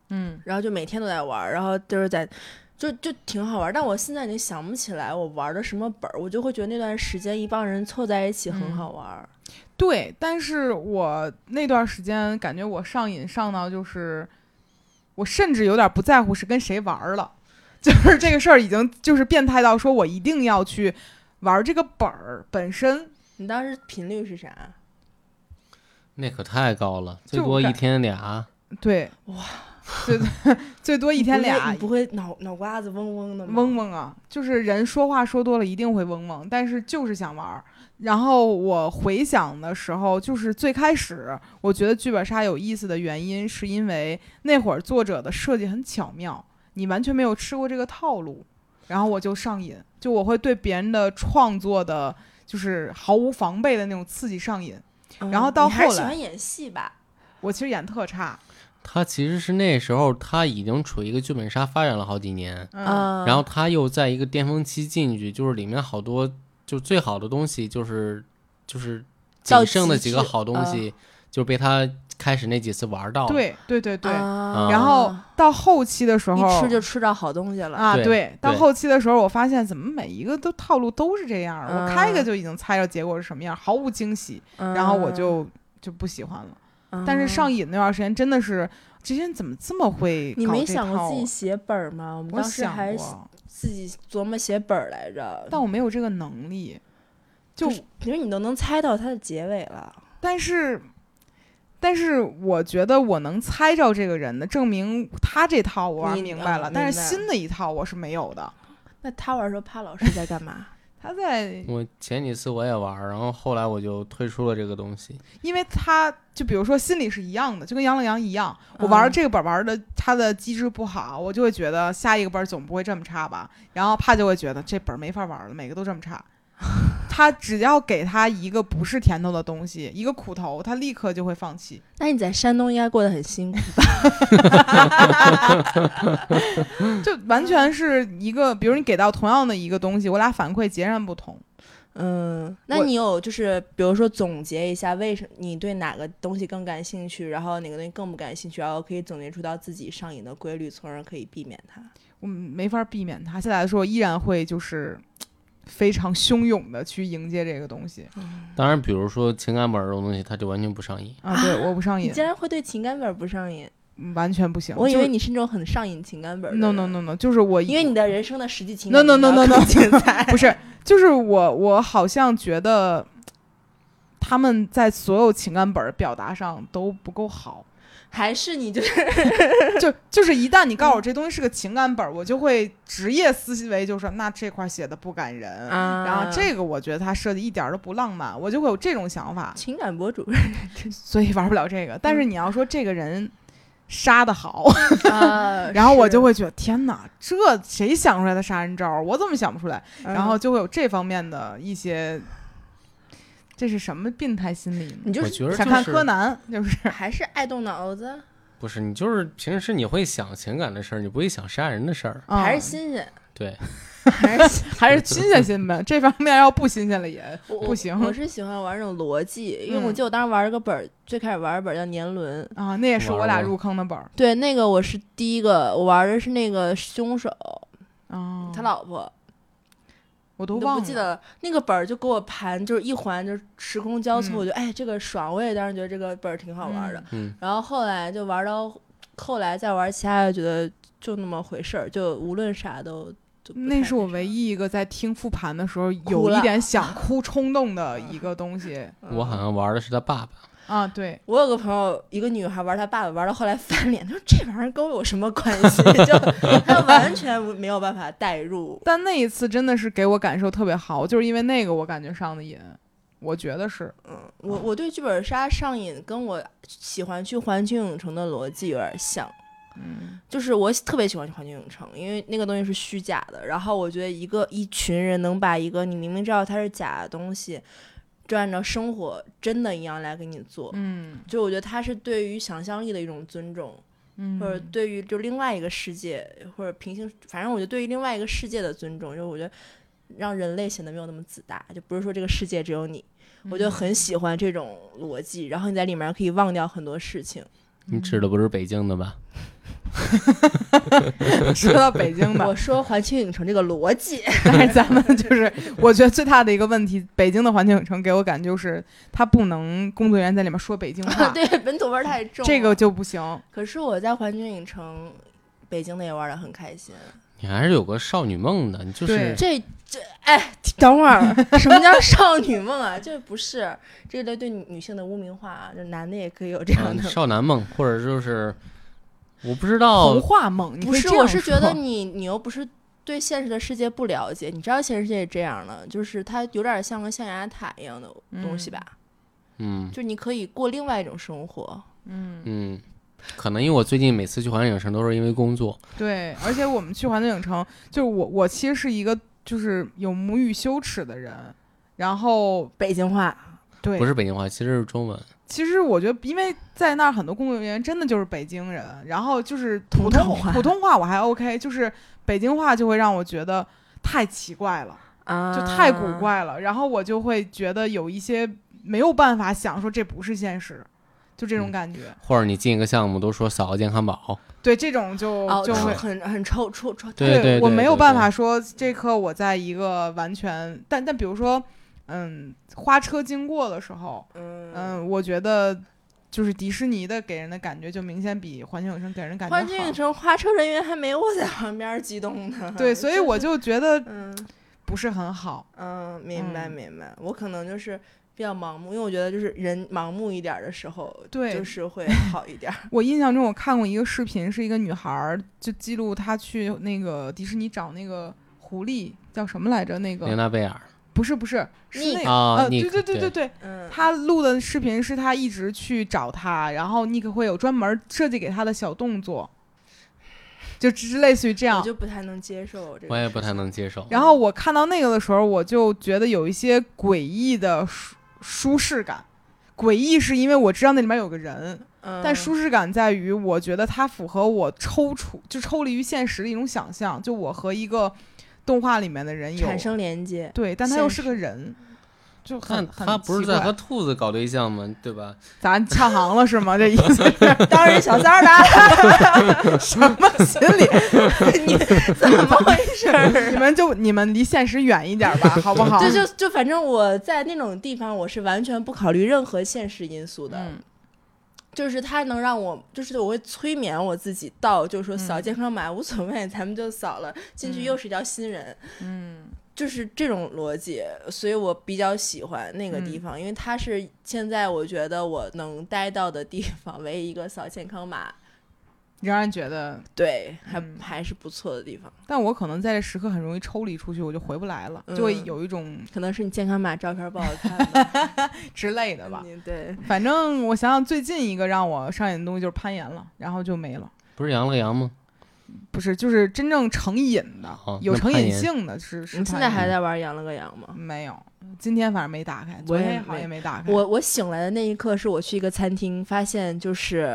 Speaker 1: 嗯
Speaker 3: 然后就每天都在玩儿，然后就是在。就就挺好玩儿，但我现在已经想不起来我玩儿的什么本儿，我就会觉得那段时间一帮人凑在一起很
Speaker 1: 嗯
Speaker 3: 好玩儿。
Speaker 1: 对，但是我那段时间感觉我上瘾上到就是，我甚至有点不在乎是跟谁玩儿了， 就是这个事儿已经就是变态到说我一定要去玩儿这个本儿本身。
Speaker 3: 你当时频率是啥？
Speaker 2: 那可太高了，
Speaker 1: 就
Speaker 2: 最多
Speaker 1: 感
Speaker 2: 一天俩。
Speaker 1: 对，
Speaker 3: 哇，
Speaker 1: 最多 最多一
Speaker 3: 你
Speaker 1: 天
Speaker 3: 不会
Speaker 1: 俩
Speaker 3: 你，不会脑脑瓜子嗡嗡的吗？
Speaker 1: 嗡嗡啊，就是人说话说多了一定会嗡嗡，但是就是想玩儿。然后我回想的时候，就是最开始我觉得剧本杀有意思的原因，是因为那会儿作者的设计很巧妙，你完全没有吃过这个套路，然后我就上瘾，就我会对别人的创作的，就是毫无防备的那种刺激上瘾。
Speaker 3: 嗯。
Speaker 1: 然后到
Speaker 3: 你还是
Speaker 1: 后
Speaker 3: 喜
Speaker 1: 来
Speaker 3: 欢演戏吧？
Speaker 1: 我其实演特差，
Speaker 2: 他其实是那时候他已经处于一个剧本杀发展了好几年，
Speaker 1: 嗯
Speaker 3: 嗯，
Speaker 2: 然后他又在一个巅峰期进去，就是里面好多就最好的东西就是就是
Speaker 3: 到
Speaker 2: 仅剩的
Speaker 3: 极
Speaker 2: 几个
Speaker 3: 致嗯
Speaker 2: 好东西，就被他开始那几次玩到了。
Speaker 1: 对对对对。
Speaker 2: 嗯
Speaker 3: 啊
Speaker 1: 然后到后期的时候，
Speaker 3: 一吃就吃到好东西了。
Speaker 1: 啊，
Speaker 2: 对
Speaker 1: 对，到
Speaker 2: 对
Speaker 1: 后期的时候，我发现怎么每一个都套路都是这样儿，我开一个
Speaker 3: 嗯
Speaker 1: 就已经猜到结果是什么样儿，毫无惊喜，
Speaker 3: 嗯
Speaker 1: 然后我就就不喜欢了。但是上瘾那段时间真的是，这些人怎么这么会？
Speaker 3: 你没想过自己？写本儿吗？我们
Speaker 1: 我
Speaker 3: 当时
Speaker 1: 想
Speaker 3: 还
Speaker 1: 过，
Speaker 3: 自己琢磨写本儿来着。
Speaker 1: 但我没有这个能力。就
Speaker 3: 就是其实你都能猜到它的结尾了。
Speaker 1: 但是，但是我觉得我能猜着这个人的，证明他这套我玩
Speaker 3: 你
Speaker 1: 明白
Speaker 3: 嗯
Speaker 1: 了，但是
Speaker 3: 明白
Speaker 1: 新的一套我是没有的。
Speaker 3: 那他玩的时候，帕老师在干嘛？
Speaker 1: 他在
Speaker 2: 我前几次我也玩儿，然后后来我就退出了这个东西。
Speaker 1: 因为他就比如说心理是一样的，就跟杨冷洋一样，我玩
Speaker 3: 嗯
Speaker 1: 这个本儿玩的他的机制不好，我就会觉得下一个本儿总不会这么差吧，然后怕就会觉得这本儿没法玩了，每个都这么差。他只要给他一个不是甜头的东西，一个苦头，他立刻就会放弃。
Speaker 3: 那你在山东应该过得很辛苦。嗯
Speaker 1: 就完全是一个，比如你给到同样的一个东西，我俩反馈截然不同。
Speaker 3: 嗯，那
Speaker 1: 我
Speaker 3: 你有就是比如说总结一下，为什么你对哪个东西更感兴趣，然后哪个东西更不感兴趣，然后可以总结出到自己上瘾的规律，从而可以避免它。
Speaker 1: 我没法避免它。下来的时候依然会就是非常汹涌的去迎接这个东西
Speaker 2: 当然，比如说情感本儿这种东西，他就完全不上瘾。
Speaker 1: 啊！对，我不上
Speaker 3: 你
Speaker 1: 瘾，
Speaker 3: 竟然会对情感本儿不上瘾？
Speaker 1: 嗯完全不行。
Speaker 3: 我以
Speaker 1: 就
Speaker 3: 为你是那种很上瘾情感本儿的
Speaker 1: no
Speaker 3: 人。
Speaker 1: no no no，就是我
Speaker 3: 因为你的人生的实际情
Speaker 1: no
Speaker 3: 感
Speaker 1: no no no no
Speaker 3: 精彩。
Speaker 1: 不是，就是我我好像觉得他们在所有情感本儿表达上都不够好，
Speaker 3: 还是你就是
Speaker 1: 就就是一旦你
Speaker 3: 嗯
Speaker 1: 告诉我这东西是个情感本儿，我就会职业思维就说那这块儿写的不感人。
Speaker 3: 啊
Speaker 1: 然后嗯这个我觉得他设计一点儿都不浪漫，我就会有这种想法，
Speaker 3: 情感 博主
Speaker 1: 所以玩不了这个。但
Speaker 3: 嗯
Speaker 1: 是你要说这个人杀的好，
Speaker 3: 啊
Speaker 1: 然后我就，会觉得天哪，这谁想出来的杀人招儿？我怎么想不出来？
Speaker 3: 是
Speaker 2: 嗯
Speaker 3: 嗯
Speaker 1: 然后就会有这方面的一些，这是什么病态心理呢？
Speaker 3: 你就
Speaker 2: 我
Speaker 3: 是
Speaker 2: 觉得
Speaker 1: 想
Speaker 2: 就
Speaker 1: 看
Speaker 2: 是
Speaker 1: 柯南，就是
Speaker 3: 还是爱动脑子，
Speaker 2: 不是你就是平时你会想情感的事儿，你不会想杀人的事儿。
Speaker 3: 还
Speaker 1: 嗯
Speaker 3: 是新鲜，
Speaker 2: 对，
Speaker 3: 还是新
Speaker 1: 还是新鲜 新呗。这方面要不新鲜了也
Speaker 3: 我我
Speaker 1: 不行
Speaker 3: 我是喜欢玩这种逻辑，因为我
Speaker 1: 嗯
Speaker 3: 记得我当时玩了个本儿，最开始玩的本儿叫年轮。
Speaker 1: 啊，那也是
Speaker 2: 玩
Speaker 1: 我俩
Speaker 2: 过
Speaker 1: 入坑的本儿啊
Speaker 3: 对，那个我是第一个，我玩的是那个凶手，
Speaker 1: 啊。
Speaker 3: 他老婆，
Speaker 1: 我我都
Speaker 3: 哦我
Speaker 1: 忘
Speaker 3: 都
Speaker 1: 了，
Speaker 3: 不记得了。那个本儿就给我盘，就是一环就是时空交错，
Speaker 1: 嗯
Speaker 3: 我就哎这个爽，我也当时觉得这个本儿挺好玩的。
Speaker 1: 嗯
Speaker 2: 嗯，
Speaker 3: 然后后来就玩到后来再玩其他的，觉得就那么回事儿，就无论啥都。就不太
Speaker 1: 那是我
Speaker 3: 啥
Speaker 1: 唯一一个在听复盘的时候
Speaker 3: 哭
Speaker 1: 有
Speaker 3: 了
Speaker 1: 一点想哭冲动的一个东西
Speaker 3: 嗯
Speaker 2: 我好像玩的是他爸爸，
Speaker 1: 啊，对，
Speaker 3: 我有个朋友，一个女孩玩她爸爸，玩到后来翻脸，她说这玩意儿跟我有什么关系？ 就她完全没有办法代入。
Speaker 1: 但那一次真的是给我感受特别好，就是因为那个我感觉上的瘾，我觉得是，
Speaker 3: 嗯，我我对剧本杀上瘾，跟我喜欢去环球影城的逻辑有点像。
Speaker 1: 嗯，
Speaker 3: 就是我特别喜欢去环球影城，因为那个东西是虚假的。然后我觉得一个一群人能把一个你明明知道它是假的东西，就按照生活真的一样来给你做，
Speaker 1: 嗯
Speaker 3: 就我觉得它是对于想象力的一种尊重。
Speaker 1: 嗯，
Speaker 3: 或者对于就另外一个世界或者平行，反正我觉得对于另外一个世界的尊重，就我觉得让人类显得没有那么自大，就不是说这个世界只有你，
Speaker 1: 嗯
Speaker 3: 我就很喜欢这种逻辑，然后你在里面可以忘掉很多事情。
Speaker 1: 嗯
Speaker 2: 你指的不是北京的吧？
Speaker 1: 说到北京吧
Speaker 3: 我，说环球影城这个逻辑，
Speaker 1: 但是咱们 就是，我觉得最大的一个问题，北京的环球影城给我感觉就是，他不能工作人员在里面说北京话，
Speaker 3: 嗯 对本土味儿太重了。
Speaker 1: 啊这啊个就不 行。
Speaker 3: 可是我在环球影城。北京的也玩的很开心，
Speaker 2: 你还是有个少女梦的，你就是
Speaker 1: 对
Speaker 3: 这这哎，等会儿什么叫少女梦啊？ 这不是这个对女女性的污名化啊，就男的也可以有这样
Speaker 2: 嗯
Speaker 3: 的
Speaker 2: 少男梦，或者就是我不知道
Speaker 1: 童，话梦，你
Speaker 3: 哦不
Speaker 1: 可以
Speaker 3: 是，
Speaker 1: 这样
Speaker 3: 我是觉得
Speaker 1: 说
Speaker 3: 你你又不是对现实的世界不了解，你知道现实世界是这样的，就是它有点像个象牙塔一样的东西吧，
Speaker 2: 嗯
Speaker 3: 就你可以过另外一种生活。
Speaker 2: 嗯，可能因为我最近每次去环球影城都是因为工作，
Speaker 1: 对，而且我们去环球影城，就是我我其实是一个就是有母语羞耻的人，然后
Speaker 3: 北京话，
Speaker 1: 对，
Speaker 2: 不是北京话，其实是中文。
Speaker 1: 其实我觉得，因为在那儿很多工作人员真的就是北京人，然后就是普
Speaker 3: 同
Speaker 1: 通
Speaker 3: 话
Speaker 1: 普通话我还 OK，就是北京话就会让我觉得太奇怪了，
Speaker 3: 啊
Speaker 1: 就太古。怪了，然后我就会觉得有一些没有办法想说这不是现实，就这种
Speaker 2: 嗯
Speaker 1: 感觉。
Speaker 2: 或者你进一个项目都说扫个健康宝，
Speaker 1: 对，这种就、
Speaker 3: 哦，
Speaker 1: 就
Speaker 3: 就
Speaker 1: 会。
Speaker 3: 很很抽抽抽，
Speaker 2: 对对，
Speaker 1: 我没有
Speaker 2: 对
Speaker 1: 办法。说这刻我在一个完全，但但比如说，嗯，花车经过的时候，
Speaker 3: 嗯
Speaker 1: 嗯，我觉得就是迪士尼的给人的感觉就明显比环球影城给人感觉
Speaker 3: 环球影
Speaker 1: 好。
Speaker 3: 城花车人员还没我在旁边激动呢。
Speaker 1: 对，所以我就觉得
Speaker 3: 嗯
Speaker 1: 不是很好。
Speaker 3: 嗯，明白
Speaker 1: 嗯
Speaker 3: 明白，我可能就是。比较盲目，因为我觉得就是人盲目一点儿的时候，
Speaker 1: 对
Speaker 3: 就 是会好一点儿。
Speaker 1: 我印象中我看过一个视频，是一个女孩儿就记录她去那个迪士尼找那个狐狸叫什么来着？那
Speaker 2: 玲
Speaker 1: 个
Speaker 2: 娜贝尔
Speaker 1: 不是不是是
Speaker 3: 妮
Speaker 1: 那
Speaker 3: 可
Speaker 1: 个
Speaker 2: 啊，
Speaker 1: 呃
Speaker 2: 你
Speaker 1: 对对对对对，
Speaker 3: 嗯，
Speaker 1: 她录的视频是她一直去找他，然后尼克会有专门设计给她的小动作，就只是类似于这样
Speaker 3: 我。就不太能接受这个。
Speaker 2: 我也不太。能接受。
Speaker 1: 然后我看到那个的时候，我就觉得有一些诡异的舒舒适感。诡异是因为我知道那里面有个人，
Speaker 3: 嗯、
Speaker 1: 但舒适感在于我觉得它符合我抽出就抽离于现实的一种想象，就我和一个动画里面的人有
Speaker 3: 产生 连接。
Speaker 1: 对，但他又
Speaker 3: 现
Speaker 1: 是个人，就很
Speaker 2: 但
Speaker 1: 很
Speaker 2: 他不是
Speaker 1: 奇
Speaker 2: 在
Speaker 1: 怪
Speaker 2: 和兔子搞对象吗？对吧？
Speaker 1: 咱呛行了是吗？这意思是
Speaker 3: 当然，小三儿啦，
Speaker 1: 什么心理？
Speaker 3: 你怎么回事
Speaker 1: 你
Speaker 3: 儿？
Speaker 1: 们就你们离现实远一点吧，好 不好？
Speaker 3: 就就就，反正我在那种地方，我是完全不考虑任何现实因素的，
Speaker 1: 嗯
Speaker 3: 就是它能让我，就是我会催眠我自己到，就是说
Speaker 1: 嗯
Speaker 3: 扫健康码、无所谓，咱们就扫了，进去又是一条新人，
Speaker 1: 嗯
Speaker 3: 就是这种逻辑，所以我比较喜欢那个
Speaker 1: 嗯
Speaker 3: 地方，因为它是现在我觉得我能待到的地方，唯一一个扫健康码，
Speaker 1: 仍然觉得
Speaker 3: 对，还、
Speaker 1: 嗯
Speaker 3: 还是不错的地方。
Speaker 1: 但我可能在这时刻很容易抽离出去，我就回不来了，就会
Speaker 3: 嗯
Speaker 1: 有一种
Speaker 3: 可能是你健康码照片不好 看吧？
Speaker 1: 之类的吧。
Speaker 3: 你对，
Speaker 1: 反正我想想，最近一个让我上瘾的东西就是攀岩了，然后就没了。
Speaker 2: 不是羊了个羊吗？
Speaker 1: 不是，就是真正成瘾的，
Speaker 2: 哦
Speaker 1: 有
Speaker 2: 那
Speaker 1: 成
Speaker 2: 攀
Speaker 1: 瘾
Speaker 2: 岩
Speaker 1: 性的嗯是是
Speaker 3: 你现
Speaker 1: 攀
Speaker 3: 在
Speaker 1: 岩
Speaker 3: 还在玩羊了个羊吗？
Speaker 1: 没有？今天反正没打开，昨
Speaker 3: 我也
Speaker 1: 天好像也没打开。
Speaker 3: 我我醒来的那一刻，是我去一个餐厅，发现就是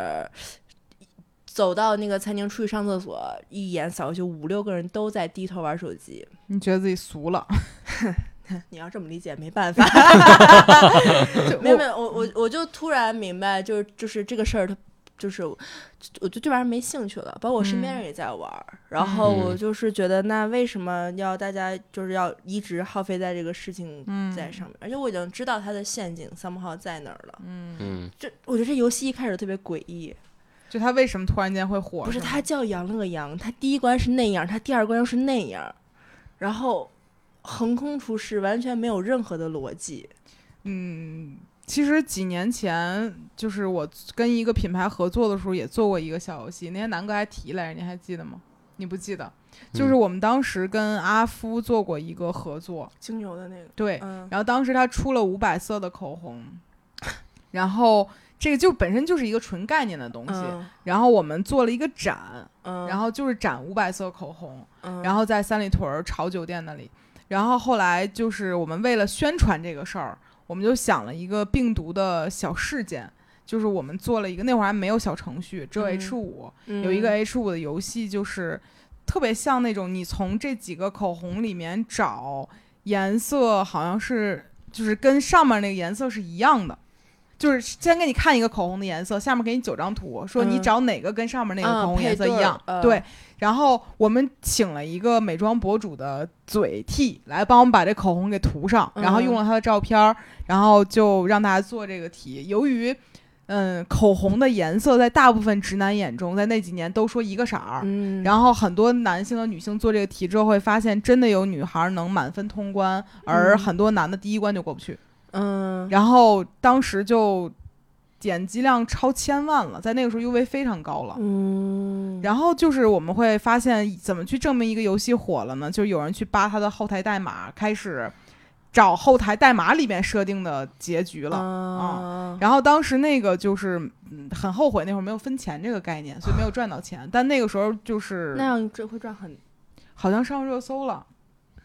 Speaker 3: 走到那个餐厅出去上厕所，一眼扫过去，五六个人都在低头玩手机。
Speaker 1: 你觉得自己俗了？
Speaker 3: 你要这么理解，没办 法。
Speaker 1: 就
Speaker 3: 没有没
Speaker 1: 我
Speaker 3: 有，我我我就突然明白，就是就是这个事儿，它就是我就对玩意儿没兴趣了，包括我身边
Speaker 1: 嗯
Speaker 3: 人也在玩儿，然后我
Speaker 2: 嗯
Speaker 3: 就是觉得那为什么要大家就是要一直耗费在这个事情
Speaker 1: 嗯
Speaker 3: 在上面？而且我已经知道它的陷阱 somehow 在哪儿了。
Speaker 1: 嗯，
Speaker 2: 嗯，
Speaker 3: 这我觉得这游戏一开始特别诡异，
Speaker 1: 就他为什么突然间会火？
Speaker 3: 不是
Speaker 1: 吗
Speaker 3: 他叫杨乐羊，他第一关是那样，他第二关又是那样，然后横空出世，完全没有任何的逻辑。
Speaker 1: 嗯，其实几年前，就是我跟一个品牌合作的时候，也做过一个小游戏。那天南哥还提来着，你还记得吗？你不记得？就是
Speaker 2: 嗯
Speaker 1: 我们当时跟阿夫做过一个合作，
Speaker 3: 精油的那个，
Speaker 1: 对，
Speaker 3: 嗯，
Speaker 1: 然后当时他出了五百色的口红，然后这个就本身就是一个纯概念的东西，
Speaker 3: 嗯，
Speaker 1: 然后我们做了一个展，
Speaker 3: 嗯
Speaker 1: 然后就是展五百色口红，
Speaker 3: 嗯
Speaker 1: 然后在三里屯儿潮酒店那里。然后后来就是我们为了宣传这个事儿，我们就想了一个病毒的小事件，就是我们做了一个那会儿还没有小程序，只有
Speaker 3: 嗯
Speaker 1: H 五、有一个 H 五的游戏，就是特别像那种你从这几个口红里面找颜色，好像是就是跟上面那个颜色是一样的。就是先给你看一个口红的颜色，下面给你九张图，说你
Speaker 3: 嗯
Speaker 1: 找哪个跟上面那个
Speaker 3: 啊
Speaker 1: 口红
Speaker 3: 配
Speaker 1: 颜色
Speaker 3: 对
Speaker 1: 一
Speaker 3: 儿
Speaker 1: 样。
Speaker 3: 呃
Speaker 1: 对，然后我们请了一个美妆博主的嘴替来帮我们把这口红给涂上，然
Speaker 3: 嗯
Speaker 1: 后用了他的照片儿，然后就让大家做这个题。由于嗯，口红的颜色在大部分直男眼中，在那几年都说一个色儿。
Speaker 3: 嗯，
Speaker 1: 然后很多男性和女性做这个题之后，会发现真的有女孩能满分通关，而
Speaker 3: 嗯
Speaker 1: 很多男的第一关就过不去。
Speaker 3: 嗯，
Speaker 1: 然后当时就点击量超千万了，在那个时候 UV 非常高了。
Speaker 3: 嗯，
Speaker 1: 然后就是我们会发现，怎么去证明一个游戏火了呢？就是有人去扒它的后台代码，开始找后台代码里面设定的结局了。
Speaker 3: 啊，
Speaker 1: 然后当时那个就是嗯很后悔，那会儿没有分钱这个概念，所以没有赚到钱。但那个时候就是
Speaker 3: 那样这会赚很，
Speaker 1: 好像上热搜了，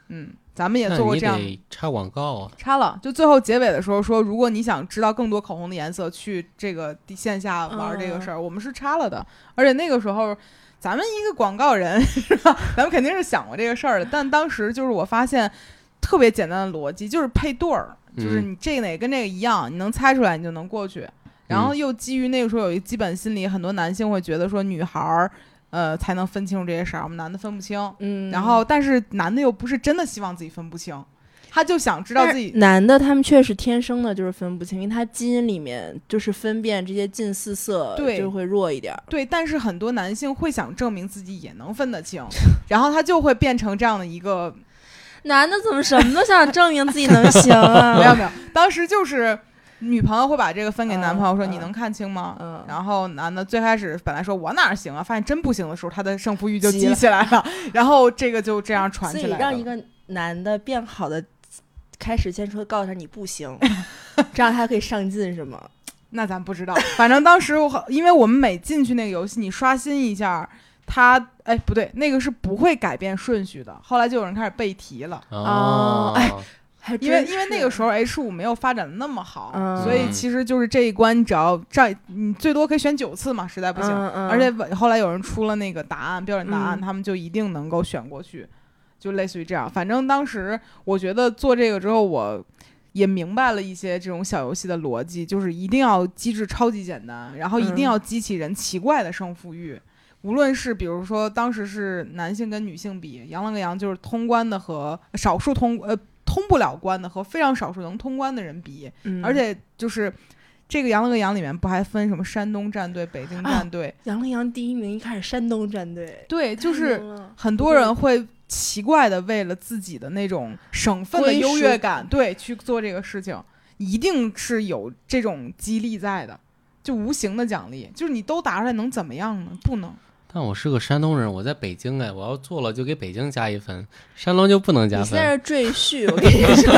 Speaker 1: 嗯，咱们也
Speaker 2: 那
Speaker 1: 做过
Speaker 2: 你
Speaker 1: 这样
Speaker 2: 得插广告啊，
Speaker 1: 插了。就最后结尾的时候说，如果你想知道更多口红的颜色，去这个地线下玩这个事儿，我们是插了的。而且那个时候，咱们一个广告人 是吧？咱们肯定是想过这个事儿的。但当时就是我发现特别简单的逻辑，就是配对儿，就是
Speaker 2: 嗯
Speaker 1: 你这哪跟这个一样，你能猜出来，你就能过去。然后又基于那个时候有一基本心理，很多男性会觉得说女孩儿，呃，才能分清楚这些色儿，我们男的分不清。
Speaker 3: 嗯，
Speaker 1: 然后，但是男的又不是真的希望自己分不清，他就想知道
Speaker 3: 但
Speaker 1: 自
Speaker 3: 是嗯
Speaker 1: 己
Speaker 3: 男的他们确实天生的就是分不清，因为他基因里面就是分辨这些近似色
Speaker 1: 对
Speaker 3: 就会弱一点儿。
Speaker 1: 对。但是很多男性会想证明自己也能分得 清，然后他就会变成这样的一个
Speaker 3: 男的怎么什么都想证明自己能 行啊？
Speaker 1: 没有没有，当时就是女朋友会把这个分给男朋友说：“
Speaker 3: 嗯
Speaker 1: 你能看清吗？”
Speaker 3: 嗯，
Speaker 1: 然后男的最开始本来说我哪儿行啊，发现真不行的时候，他的胜负欲就
Speaker 3: 急
Speaker 1: 激
Speaker 3: 了
Speaker 1: 起来了，然后这个就这样传
Speaker 3: 所
Speaker 1: 起
Speaker 3: 以
Speaker 1: 来
Speaker 3: 让
Speaker 1: 了
Speaker 3: 一个男的变好的，开始先说告诉他你不 行，这样他可以上进是吗？
Speaker 1: 那咱不知道，反正当时我好因为我们每进去那个游戏，你刷新一下，它哎不对，那个是不会改变顺序的。后来就有人开始背题了，
Speaker 3: 哦哎
Speaker 2: 哦
Speaker 3: 还
Speaker 1: 因为
Speaker 3: 真
Speaker 1: 因为那
Speaker 3: 是
Speaker 1: 个时候 H 五没有发展的那么好，
Speaker 3: 嗯
Speaker 1: 所以其实就是这一关你只要占，你最多可以选九次嘛，实在不行。
Speaker 3: 嗯嗯
Speaker 1: 而且尾后来有人出了那个答案标准答案，
Speaker 3: 嗯
Speaker 1: 他们就一定能够选过去，就类似于这样。反正当时我觉得做这个之后，我也明白了一些这种小游戏的逻辑，就是一定要机制超级简单，然后一定
Speaker 3: 嗯
Speaker 1: 要激起人奇怪的胜负欲。无论是比如说当时是男性跟女性比，杨了个羊就是通关的和少数通呃通不了关的和非常少数能通关的人比，
Speaker 3: 嗯
Speaker 1: 而且就是。这个羊了个羊里面不还分什么山东战队、北京
Speaker 3: 啊
Speaker 1: 战队？
Speaker 3: 杨凌阳第一名，一开始山东战队，嗯
Speaker 1: 对，就
Speaker 3: 太
Speaker 1: 是
Speaker 3: 牛了
Speaker 1: 很多人会奇怪的为了自己的那种省份的
Speaker 3: 归
Speaker 1: 优
Speaker 3: 属
Speaker 1: 越感，对，去做这个事情，一定是有这种激励在的，就无形的奖励，就是你都答出来能怎么样呢？ 不能，
Speaker 2: 但我是个山东人，我在北京哎，我要做了就给北京加一分，山东就不能加
Speaker 3: 你现在
Speaker 2: 分。
Speaker 3: 是赘婿，我跟你 说，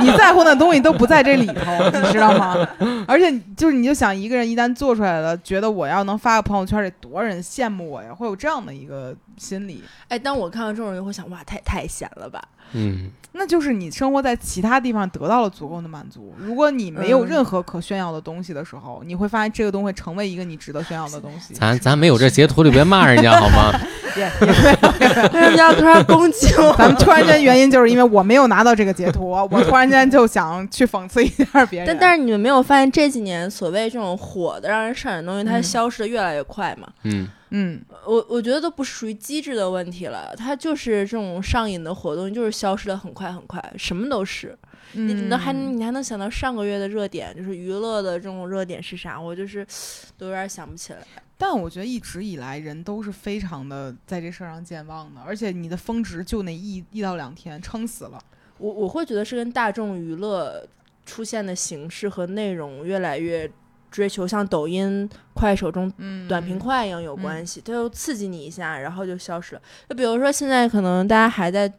Speaker 1: 你在乎的东西都不在这里头，你知道 吗？而且就是你就想一个人一旦做出来了，觉得我要能发个朋友圈，得多少人羡慕我呀，会有这样的一个心理。
Speaker 3: 哎，当我看到这种人，会想哇，太太闲了吧？
Speaker 2: 嗯，
Speaker 1: 那就是你生活在其他地方得到了足够的满足。如果你没有
Speaker 3: 嗯
Speaker 1: 任何可炫耀的东西的时候，你会发现这个东西会成为一个你值得炫耀的东西。
Speaker 2: 咱咱没有这截图就别骂人家好吗？
Speaker 1: 也也没有也没有
Speaker 3: 为什么要突然攻击我？
Speaker 1: 咱们突然间原因就是因为我没有拿到这个截图，我突然间就想去讽刺一下别人。
Speaker 3: 但但
Speaker 1: 是
Speaker 3: 是你们没有发现这几年所谓这种火的让人上瘾的东西，它
Speaker 1: 嗯
Speaker 3: 消失的越来越快嘛？
Speaker 2: 嗯，
Speaker 1: 嗯，
Speaker 3: 我我觉得都不是属于机制的问题了，它就是这种上瘾的活动，就是消失的很快很快，什么都是。你你能还
Speaker 1: 嗯
Speaker 3: 你还能想到上个月的热点，就是娱乐的这种热点是啥？我就是 都有点想不起来。
Speaker 1: 但我觉得一直以来人都是非常的在这事儿上健忘的，而且你的峰值就那一一到两天，撑死了。
Speaker 3: 我我会觉得是跟大众娱乐出现的形式和内容越来越追求像抖音、快手这种
Speaker 1: 嗯，
Speaker 3: 短平快一样有关系，它就刺激你一下，然后就消失了。就比如说现在可能大家还在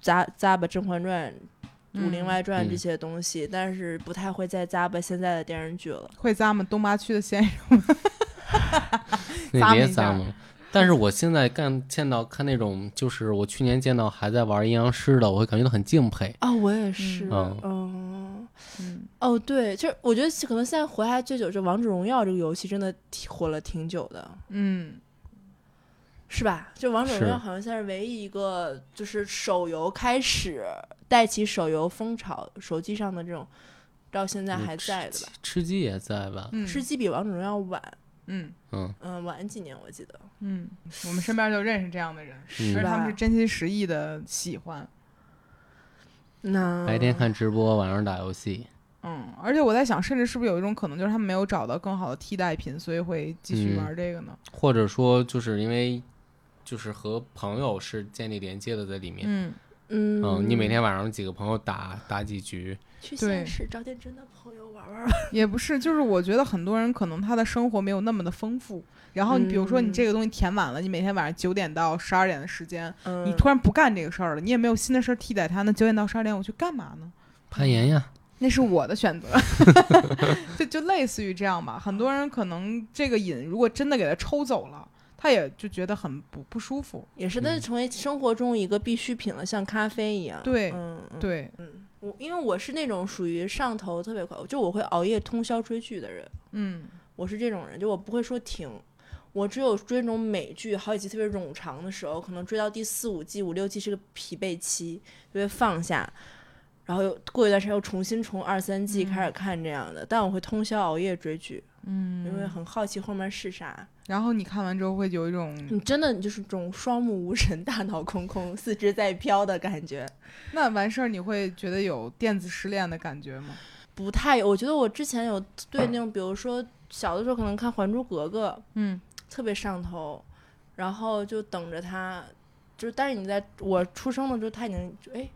Speaker 3: 砸砸吧《甄嬛传》《武林外传》这
Speaker 2: 嗯
Speaker 3: 些东西，但是不太会再砸吧现在的电视剧了。
Speaker 1: 会咂们东八区的先生，咂
Speaker 2: 那别
Speaker 1: 摸一下
Speaker 2: 咂摸。但是我现在看见到看那种，就是我去年见到还在玩阴阳师的，我会感觉到很敬佩。
Speaker 3: 啊、我也是，
Speaker 2: 嗯
Speaker 3: 嗯，
Speaker 1: 嗯，
Speaker 3: 哦，对，就是我觉得可能现在活下最久，就《王者荣耀》这个游戏真的挺火了挺久的，
Speaker 1: 嗯
Speaker 3: 是吧？就《王者荣耀》
Speaker 2: 是
Speaker 3: 好像现在是唯一一个就是手游开始带起手游风潮，手机上的这种到现在
Speaker 2: 嗯
Speaker 3: 还在的吧？
Speaker 2: 吃鸡也在吧？
Speaker 1: 嗯
Speaker 3: 吃鸡比王者荣耀晚，
Speaker 1: 嗯
Speaker 2: 嗯，
Speaker 3: 嗯，晚几年我记得。
Speaker 1: 嗯，我们身边就认识这样的人，
Speaker 2: 嗯
Speaker 1: 而且他们
Speaker 3: 吧
Speaker 1: 是真心实意的喜欢。
Speaker 3: 那
Speaker 2: 嗯白天看直播，晚上打游戏。
Speaker 1: 嗯，而且我在想，甚至是不是有一种可能，就是他们没有找到更好的替代品，所以会继续
Speaker 2: 嗯
Speaker 1: 玩这个呢？
Speaker 2: 或者说就是因为就是和朋友是建立连接的在里面。
Speaker 1: 嗯，
Speaker 3: 嗯
Speaker 2: 嗯，你每天晚上几个朋友打打几局，
Speaker 3: 去
Speaker 1: 对
Speaker 3: 现实找点真的朋友玩玩吧。
Speaker 1: 也不是，就是我觉得很多人可能他的生活没有那么的丰富。然后你比如说你
Speaker 3: 嗯
Speaker 1: 这个东西填满了，你每天晚上九点到十二点的时间，
Speaker 3: 嗯
Speaker 1: 你突然不干这个事儿了，你也没有新的事儿替代它，那九点到十二点我去干嘛呢？
Speaker 2: 攀岩呀，
Speaker 1: 那是我的选择， 就就类似于这样吧。很多人可能这个瘾如果真的给他抽走了，他也就觉得很不不舒服。
Speaker 3: 也是，那
Speaker 2: 嗯
Speaker 3: 成为生活中一个必需品了，像咖啡一样。
Speaker 1: 对
Speaker 3: 嗯，嗯。
Speaker 1: 对，
Speaker 3: 我因为我是那种属于上头特别快，就我会熬夜通宵追剧的人，
Speaker 1: 嗯
Speaker 3: 我是这种人，就我不会说停，我只有追那种美剧好几集特别冗长的时候，可能追到第四五季、五六季是个疲惫期，就会放下，然后又过一段时间又重新重二三季开始看这样的，但我会通宵熬夜追剧，因为
Speaker 1: 嗯。
Speaker 3: 很好奇后面是啥。
Speaker 1: 然后你看完之后会有一种，
Speaker 3: 你真的就是这种双目无神、 大脑空空、四肢在飘的感觉。
Speaker 1: 那完事儿你会觉得有电子失恋的感觉吗？
Speaker 3: 不太，我觉得我之前有对那种，比如说小的时候可能看《还珠格格
Speaker 1: 嗯》
Speaker 3: 特别上头，然后就等着它，就是但是你在我出生的时候，它已经就哎，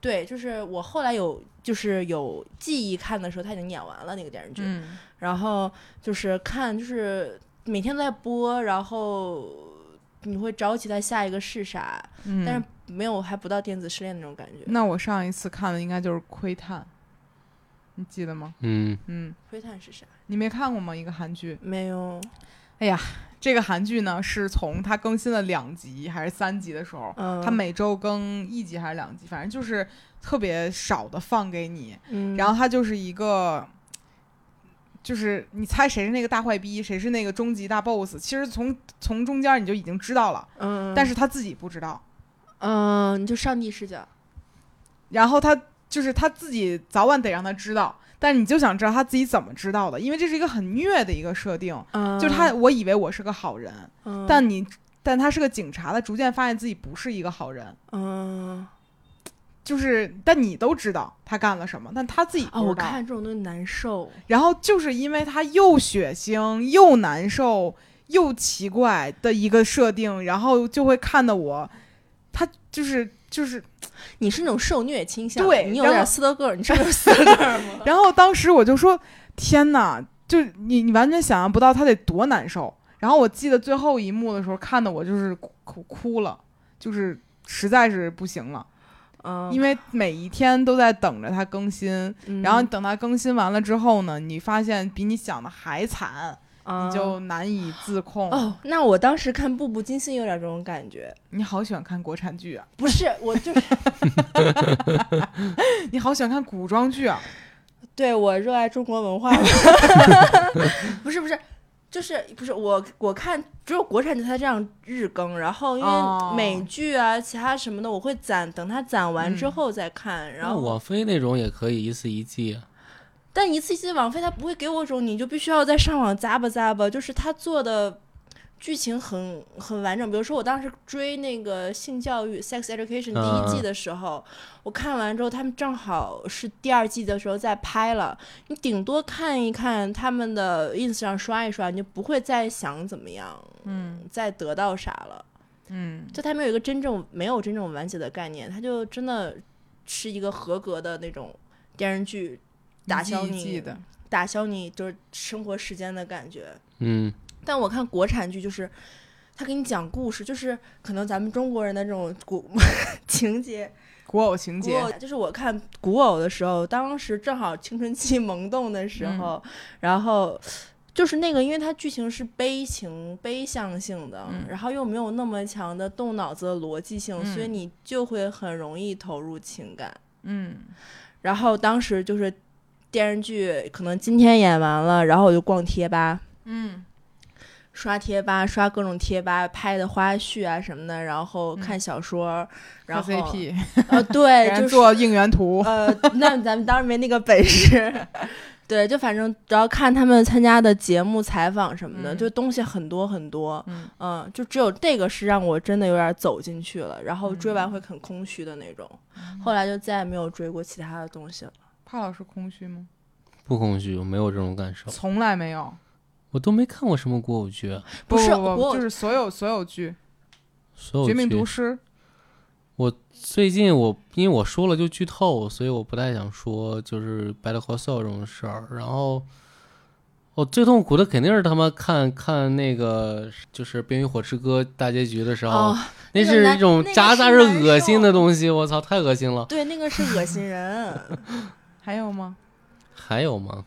Speaker 3: 对，就是我后来有就是有记忆看的时候，它已经演完了那个电视剧，
Speaker 1: 嗯
Speaker 3: 然后就是看就是每天都在播，然后你会着急它下一个是啥，
Speaker 1: 嗯。
Speaker 3: 但是没有还不到电子失恋那种感觉。
Speaker 1: 那我上一次看的应该就是《窥探》，你记得吗？
Speaker 2: 嗯，
Speaker 1: 嗯，
Speaker 3: 窥探是啥？
Speaker 1: 你没看过吗？一个韩剧，
Speaker 3: 没有，
Speaker 1: 这个韩剧呢是从它更新了两集还是三集的时候，
Speaker 3: 嗯，
Speaker 1: 它每周更一集还是两集，反正就是特别少的放给你。
Speaker 3: 嗯，
Speaker 1: 然后它就是一个，就是你猜谁是那个大坏逼，谁是那个终极大 boss，其实从从中间你就已经知道了，
Speaker 3: 嗯，
Speaker 1: 但是他自己不知道。
Speaker 3: 嗯，你就上帝视角，
Speaker 1: 然后他就是他自己早晚得让他知道，但是你就想知道他自己怎么知道的，因为这是一个很虐的一个设定。
Speaker 3: 嗯
Speaker 1: 就是他，，我以为我是个好人，
Speaker 3: 嗯、
Speaker 1: 但你但他是个警察，他逐渐发现自己不是一个好人。
Speaker 3: 嗯
Speaker 1: 就是，但你都知道他干了什么，但他自己
Speaker 3: 啊，
Speaker 1: 不
Speaker 3: 我
Speaker 1: 知道。
Speaker 3: 看这种东西难受，
Speaker 1: 然后就是因为他又血腥又难受又奇怪的一个设定，然后就会看得我，他就是就是
Speaker 3: 你是那种受虐倾向，
Speaker 1: 对
Speaker 3: 你有
Speaker 1: 然
Speaker 3: 点
Speaker 1: 后
Speaker 3: 斯德哥尔，你是有点斯德哥尔 吗？
Speaker 1: 然后当时我就说：“天哪！”就你，你完全想象不到他得多难受。然后我记得最后一幕的时候，看的我就是哭哭哭了，就是实在是不行了，
Speaker 3: 嗯，
Speaker 1: 因为每一天都在等着他更新，然后
Speaker 3: 嗯
Speaker 1: 等他更新完了之后呢，你发现比你想的还惨，
Speaker 3: 啊
Speaker 1: 你就难以自控。
Speaker 3: 哦，那我当时看《步步惊心》有点这种感觉，
Speaker 1: 你好喜欢看国产剧啊，
Speaker 3: 不是，我 就是
Speaker 1: 你好喜欢看古装剧啊。
Speaker 3: 对我热爱中国文化， 不是不是，就是不是我我看只有国产剧它这样日更，然后因
Speaker 1: 哦
Speaker 3: 为美剧啊、其他什么的，我会攒，等它攒完之
Speaker 1: 嗯
Speaker 3: 后再看。然
Speaker 2: 那
Speaker 3: 后，
Speaker 2: 网飞那种也可以一次一季啊，
Speaker 3: 但一次一次的网飞它不会给我一种你就必须要在上网咂吧咂吧，就是它做的。剧情很很完整，比如说我当时追那个性教育 （Sex Education） 第一
Speaker 2: 嗯
Speaker 3: 季的时候，我看完之后，他们正好是第二季的时候在拍了，你顶多看一看他们的 ins 上刷一刷，你就不会再想怎么样，
Speaker 1: 嗯
Speaker 3: 再得到啥了。
Speaker 1: 嗯，
Speaker 3: 就他们有一个真正没有真正完结的概念，他就真的是一个合格的那种电视剧，打
Speaker 1: 一季
Speaker 3: 消
Speaker 1: 一季
Speaker 3: 你
Speaker 1: 的，
Speaker 3: 打消你就是生活时间的感觉。
Speaker 2: 嗯，
Speaker 3: 但我看国产剧就是。他给你讲故事，就是可能咱们中国人的这种古 情节，
Speaker 1: 古偶情
Speaker 3: 古
Speaker 1: 节
Speaker 3: 偶，就是我看古偶的时候，当时正好青春期萌动的
Speaker 1: 嗯
Speaker 3: 时候，然后就是那个，因为它剧情是悲情、悲向性的，
Speaker 1: 嗯
Speaker 3: 然后又没有那么强的动脑子的逻辑性，
Speaker 1: 嗯
Speaker 3: 所以你就会很容易投入情感。
Speaker 1: 嗯
Speaker 3: 然后当时就是电视剧可能今天演完了，然后我就逛贴吧，
Speaker 1: 嗯
Speaker 3: 刷贴吧，刷各种贴吧拍的花絮啊什么的，然后
Speaker 1: 嗯
Speaker 3: 看小说，然后
Speaker 1: CP，
Speaker 3: 呃对，就是
Speaker 1: 做应援图，
Speaker 3: 呃，那咱们当然没那个本事。 对，就反正只要看他们参加的节目、采访什么的，
Speaker 1: 嗯
Speaker 3: 就东西很多很多。
Speaker 1: 嗯
Speaker 3: 嗯，就只有这个是让我真的有点走进去了，然后追完
Speaker 1: 嗯
Speaker 3: 会很空虚的那种。后来就再也没有追过其他的东西了。
Speaker 1: 帕老师空虚吗？
Speaker 2: 不空虚，我没有这种感受，
Speaker 1: 从来没有，
Speaker 2: 我都没看过什么古偶剧啊，
Speaker 1: 不
Speaker 3: 是
Speaker 1: 不
Speaker 3: 我
Speaker 1: 就是所有所有剧，
Speaker 2: 所
Speaker 1: 《
Speaker 2: 有
Speaker 1: 绝命
Speaker 2: 剧
Speaker 1: 毒师》
Speaker 2: 最近我因为我说了就剧透，所以我不太想说就是《Better Call Saul》这种事儿。然后，我、最痛苦的肯定是他妈看看那个就是《冰与火之歌》大结局的时候，
Speaker 3: 哦，那个
Speaker 2: 是
Speaker 3: 难
Speaker 2: 一种
Speaker 3: 那个
Speaker 2: 渣
Speaker 3: 是
Speaker 2: 但是
Speaker 3: 难
Speaker 2: 恶心
Speaker 3: 受
Speaker 2: 的东西，我操，太恶心了。
Speaker 3: 对，那个是恶心人。
Speaker 1: 还有吗？
Speaker 2: 还有吗？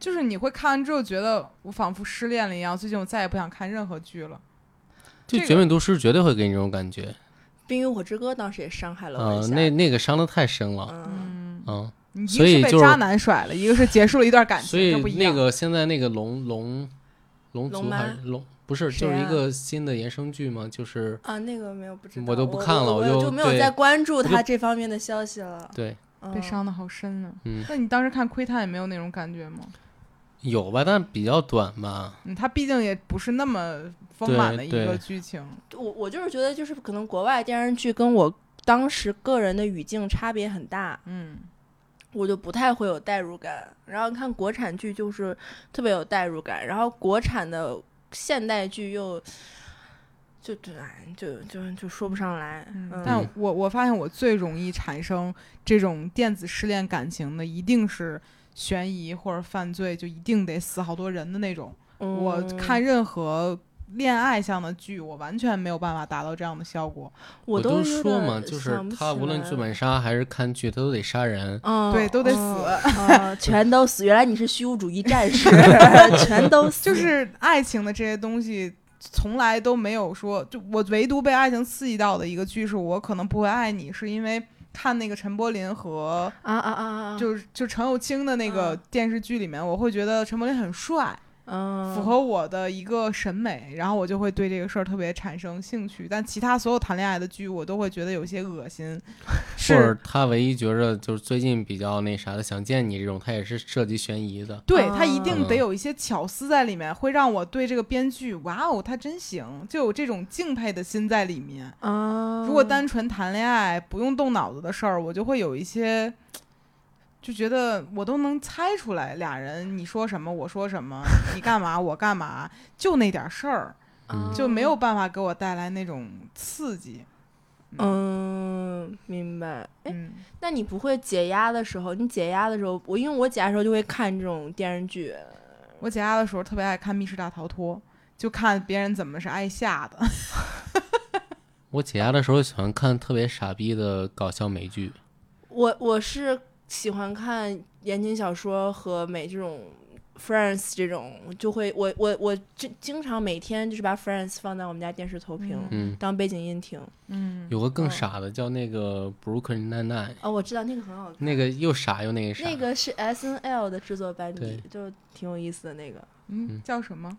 Speaker 1: 就是你会看完之后觉得我仿佛失恋了一样，最近我再也不想看任何剧了。这
Speaker 2: 就《
Speaker 1: 个
Speaker 2: 绝命毒师》绝对会给你这种感觉，
Speaker 3: 《冰与火之歌》当时也伤害了我
Speaker 2: 啊、
Speaker 3: 一下。
Speaker 2: 那那个伤的太深了，
Speaker 3: 嗯，
Speaker 1: 嗯，
Speaker 2: 嗯，
Speaker 1: 你一
Speaker 2: 所
Speaker 1: 个
Speaker 2: 以
Speaker 1: 是被
Speaker 2: 就是
Speaker 1: 渣男甩了，一个是结束了一段感情，
Speaker 2: 所以
Speaker 1: 这不一
Speaker 2: 那
Speaker 1: 样。
Speaker 2: 个现在那个龙龙龙
Speaker 3: 龙
Speaker 2: 族还
Speaker 3: 妈
Speaker 2: 是龙不是
Speaker 3: 谁
Speaker 2: 就是一
Speaker 3: 啊
Speaker 2: 个新的衍生剧吗？就是
Speaker 3: 啊，那个没有不知道，
Speaker 2: 我都不看了
Speaker 3: 我
Speaker 2: 我
Speaker 3: 就
Speaker 2: 就
Speaker 3: 没有
Speaker 2: 对
Speaker 3: 再关注
Speaker 2: 我就
Speaker 3: 他这方面的消息了。
Speaker 2: 对。
Speaker 1: 被
Speaker 3: 嗯
Speaker 1: 伤的好深啊！
Speaker 2: 嗯
Speaker 1: 那你当时看《窥探》也没有那种感觉吗？
Speaker 2: 有吧，但比较短吧。
Speaker 1: 嗯，它毕竟也不是那么丰满的一
Speaker 2: 对
Speaker 1: 个
Speaker 2: 对
Speaker 1: 剧情。
Speaker 3: 我我就是觉得，就是可能国外电视剧跟我当时个人的语境差别很大，
Speaker 1: 嗯，
Speaker 3: 我就不太会有代入感。然后看国产剧就是特别有代入感，然后国产的现代剧又就就哎就就就说不上来。嗯，
Speaker 1: 但我我发现我最容易产生这种电子失恋感情的，一定是悬疑或者犯罪，就一定得死好多人的那种。
Speaker 3: 嗯
Speaker 1: 我看任何恋爱向的剧，我完全没有办法达到这样的效果。
Speaker 3: 我
Speaker 2: 都
Speaker 3: 有
Speaker 2: 说
Speaker 3: 点
Speaker 2: 嘛，就是
Speaker 3: 想不
Speaker 2: 他
Speaker 3: 起
Speaker 2: 无论
Speaker 3: 来
Speaker 2: 剧。本杀还是看剧，他都得杀人。
Speaker 3: 嗯，
Speaker 1: 对都得
Speaker 3: 嗯
Speaker 1: 死，
Speaker 3: 嗯全都死。原来你是虚无主义战 士，全都死。
Speaker 1: 就是爱情的这些东西。从来都没有说，就我唯独被爱情刺激到的一个剧是，我可能不会爱你，是因为看那个陈柏霖和
Speaker 3: 啊啊啊啊！啊
Speaker 1: 就是就陈友清的那个
Speaker 3: 嗯
Speaker 1: 电视剧里面，我会觉得陈柏霖很帅，
Speaker 3: 嗯，
Speaker 1: 符合我的一个审美，然后我就会对这个事儿特别产生兴趣。但其他所有谈恋爱的剧，我都会觉得有些恶 心，
Speaker 2: 或者
Speaker 1: 是
Speaker 2: 他唯一觉着就是最近比较那啥的，想见你这种，他也是涉及悬疑的。
Speaker 1: 对他一定
Speaker 2: 嗯
Speaker 1: 得有一些巧思在里面，会让我对这个编剧，哇哦，他真行，就有这种敬佩的心在里面。
Speaker 3: 啊。
Speaker 1: 如果
Speaker 2: 嗯
Speaker 1: 单纯谈恋爱不用动脑子的事儿，我就会有一些，就觉得我都能猜出来，俩人你说什么我说什么，你干嘛我干嘛，就那点事儿，
Speaker 2: 嗯
Speaker 1: 就没有办法给我带来那种刺激。
Speaker 3: 嗯，明白。哎，
Speaker 1: 嗯，
Speaker 3: 那你不会解压的时候，你解压的时候，我因为我解压的时候就会看这种电视剧，
Speaker 1: 我解压的时候特别爱看《密室大逃脱》，就看别人怎么是挨吓 的。
Speaker 2: 我解压的时候喜欢看特别傻逼的搞笑美剧，
Speaker 3: 我我是喜欢看言情小说和美这种 Friends 这种，我就会我我我经经常每天就是把 Friends 放在我们家电视投屏、
Speaker 1: 嗯
Speaker 2: 嗯，
Speaker 3: 当背景音听。
Speaker 1: 嗯，
Speaker 2: 有个更傻的叫那个 Brooklyn Nine Nine，
Speaker 3: 哦，我知道那个很好看，
Speaker 2: 那个又傻又那个啥，
Speaker 3: 那个是 S N L 的制作班底
Speaker 2: 对，
Speaker 3: 就挺有意思的那个。
Speaker 1: 嗯
Speaker 2: 嗯
Speaker 1: 叫什么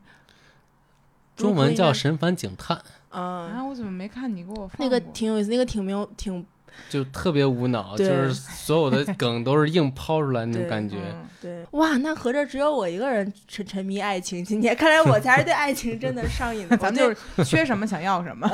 Speaker 2: 中文叫
Speaker 3: Brooklyn
Speaker 2: 《神烦警探》，
Speaker 3: 嗯，
Speaker 1: 啊？我怎么没看你给我放
Speaker 3: 那个
Speaker 1: 过嗯
Speaker 3: 挺有意思，那个挺没有挺
Speaker 2: 就特别无脑，就
Speaker 3: 对
Speaker 2: 是所有的梗都是硬抛出来那种
Speaker 3: 对
Speaker 2: 感觉。
Speaker 1: 嗯
Speaker 3: 对哇，那合着只有我一个人沉沉迷爱情。今天看来我才是对爱情真的 上瘾的。
Speaker 1: 咱们
Speaker 2: 哦
Speaker 3: 我对
Speaker 1: 就是缺什么想要什么。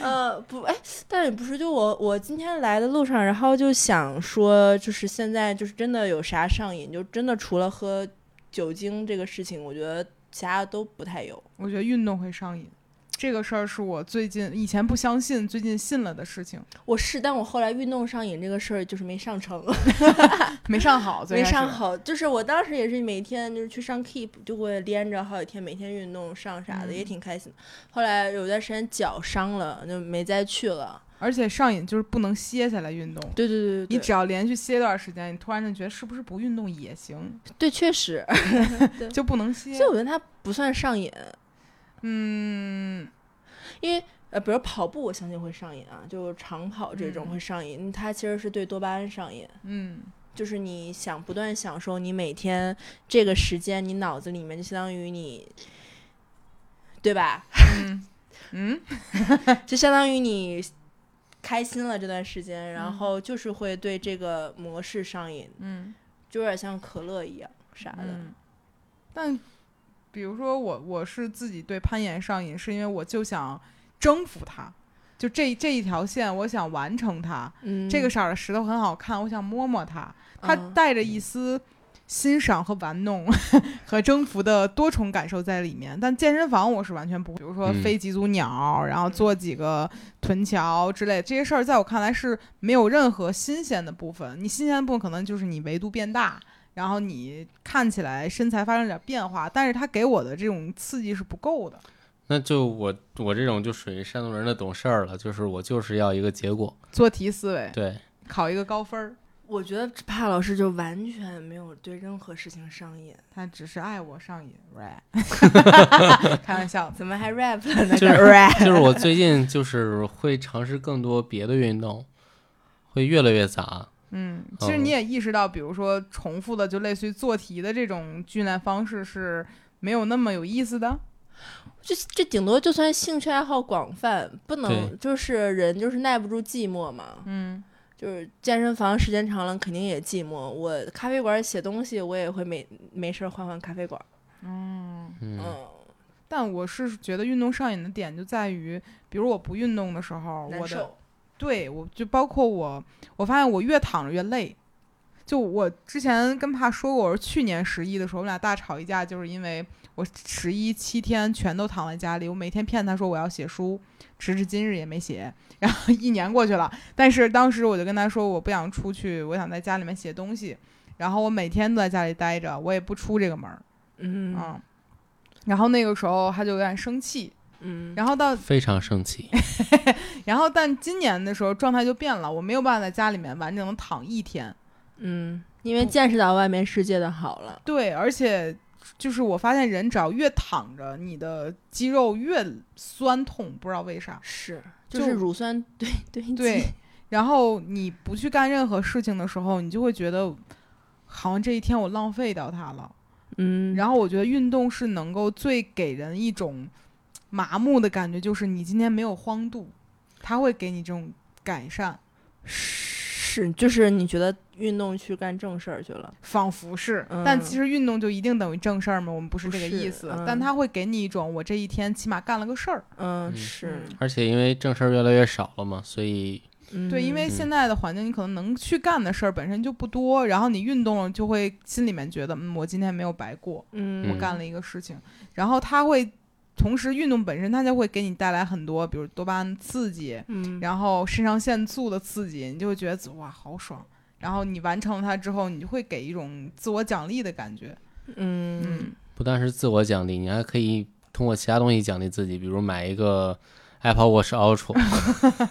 Speaker 3: 呃不哎，但也不是，就我我今天来的路上，然后就想说，就是现在就是真的有啥上瘾，就真的除了喝酒精这个事情，我觉得其他的都不太有。
Speaker 1: 我觉得运动会上瘾，这个事儿是我最近以前不相信，最近信了的事情，
Speaker 3: 我是，但我后来运动上瘾这个事儿就是没上成，
Speaker 1: 没上好，最
Speaker 3: 没
Speaker 1: 开
Speaker 3: 上
Speaker 1: 始
Speaker 3: 好。就是我当时也是每天就是去上 Keep，就会连着好几天，每天运动上啥的、
Speaker 1: 嗯
Speaker 3: 也挺开心的。后来有段时间脚伤了，就没再去了。
Speaker 1: 而且上瘾就是不能歇下来运动。
Speaker 3: 对对对对
Speaker 1: 你
Speaker 3: 对，
Speaker 1: 只要连续歇一段时间，你突然就觉得是不是不运动也行，
Speaker 3: 对，啊确实，
Speaker 1: 就不能歇
Speaker 3: 所以。我觉得它不算上瘾，
Speaker 1: 嗯，
Speaker 3: 因为呃，比如跑步，我相信会上瘾啊，就长跑这种
Speaker 1: 嗯
Speaker 3: 会上瘾，它其实是对多巴胺上瘾。
Speaker 1: 嗯，
Speaker 3: 就是你想不断享受你每天这个时间，你脑子里面就相当于你，对吧？
Speaker 1: 嗯，嗯，
Speaker 3: 就相当于你开心了这段时间，然后就是会对这个模式上瘾，
Speaker 1: 嗯，
Speaker 3: 就有点像可乐一样啥的。
Speaker 1: 嗯。但比如说我，我是自己对攀岩上瘾，是因为我就想征服它，就这这一条线，我想完成它。
Speaker 3: 嗯，
Speaker 1: 这个色儿的石头很好看，我想摸摸它，它
Speaker 3: 嗯
Speaker 1: 带着一丝欣赏和玩弄 和征服的多重感受在里面。但健身房我是完全不会，比如说
Speaker 2: 嗯
Speaker 1: 飞几组鸟，然后做几个臀桥之类这些事儿，在我看来是没有任何新鲜的部分。你新鲜的部分可能就是你维度变大。然后你看起来身材发生了点变化，但是它给我的这种刺激是不够的，
Speaker 2: 那就我我这种就属于山东人的懂事儿了，就是我就是要一个结果。
Speaker 1: 做题思维，
Speaker 2: 对，
Speaker 1: 考一个高分儿。
Speaker 3: 我觉得帕老师就完全没有对任何事情上瘾，
Speaker 1: 他只是爱我上瘾，right？开 玩笑的，
Speaker 3: 怎么还 rap 了 呢？
Speaker 2: 就是
Speaker 3: rap，
Speaker 2: 就是我最近就是会尝试更多别的运动，会越来越杂。
Speaker 1: 嗯，其实你也意识到，比如说重复的，就类似于做题的这种训练方式是没有那么有意思的。
Speaker 3: 这这顶多 就算兴趣爱好广泛，不能
Speaker 2: 对
Speaker 3: 就是人就是耐不住寂寞嘛。
Speaker 1: 嗯
Speaker 3: 就是健身房时间长了肯定也寂寞，我咖啡馆写东西我也会没没事儿换换咖啡馆，
Speaker 1: 嗯，
Speaker 2: 嗯，
Speaker 3: 嗯，
Speaker 1: 但我是觉得运动上瘾的点就在于，比如我不运动的时候，
Speaker 3: 难
Speaker 1: 我的
Speaker 3: 受。
Speaker 1: 对我就包括我，我发现我越躺着越累。就我之前跟帕说过，我是去年十一的时候，我们俩大吵一架，就是因为我十一七天全都躺在家里，我每天骗他说我要写书，直至今日也没写。然后一年过去了，但是当时我就跟他说我不想出去，我想在家里面写东西。然后我每天都在家里待着，我也不出这个门儿，
Speaker 3: 嗯
Speaker 1: 嗯。然后那个时候他就有点生气，
Speaker 3: 嗯，
Speaker 1: 然后到
Speaker 2: 非常生气。
Speaker 1: 然后但今年的时候状态就变了，我没有办法在家里面完整的躺一天，
Speaker 3: 嗯，因
Speaker 1: 哦
Speaker 3: 为见识到外面世界的好了，
Speaker 1: 对，而且就是我发现人只要越躺着，你的肌肉越酸痛，不知道为啥。
Speaker 3: 是，就
Speaker 1: 就是
Speaker 3: 乳酸对对积
Speaker 1: 对，然后你不去干任何事情的时候，你就会觉得好像这一天我浪费掉它了。
Speaker 3: 嗯，
Speaker 1: 然后我觉得运动是能够最给人一种麻木的感觉，就是你今天没有荒度，它会给你这种改善，
Speaker 3: 是就是你觉得运动去干正事儿去了，
Speaker 1: 仿佛是。
Speaker 3: 嗯
Speaker 1: 但其实运动就一定等于正事儿吗？我们不是
Speaker 3: 不
Speaker 1: 这个
Speaker 3: 是
Speaker 1: 意思。
Speaker 3: 嗯
Speaker 1: 但它会给你一种我这一天起码干了个事儿。
Speaker 3: 嗯
Speaker 2: 嗯
Speaker 3: 是，
Speaker 2: 而且因为正事儿越来越少了嘛，所以
Speaker 1: 对，因为
Speaker 2: 嗯
Speaker 1: 现在的环境，你可能能去干的事儿本身就不多，然后你运动了，就会心里面觉得，嗯，我今天没有白过，
Speaker 3: 嗯
Speaker 1: 我干了一个事情。然后它会，同时运动本身它就会给你带来很多，比如多巴胺刺激，
Speaker 3: 嗯，
Speaker 1: 然后肾上腺素的刺激，你就会觉得哇，好爽。然后你完成了它之后，你就会给一种自我奖励的感觉。
Speaker 3: 嗯
Speaker 1: 嗯，
Speaker 2: 不但是自我奖励，你还可以通过其他东西奖励自己，比如买一个 Apple Watch Ultra。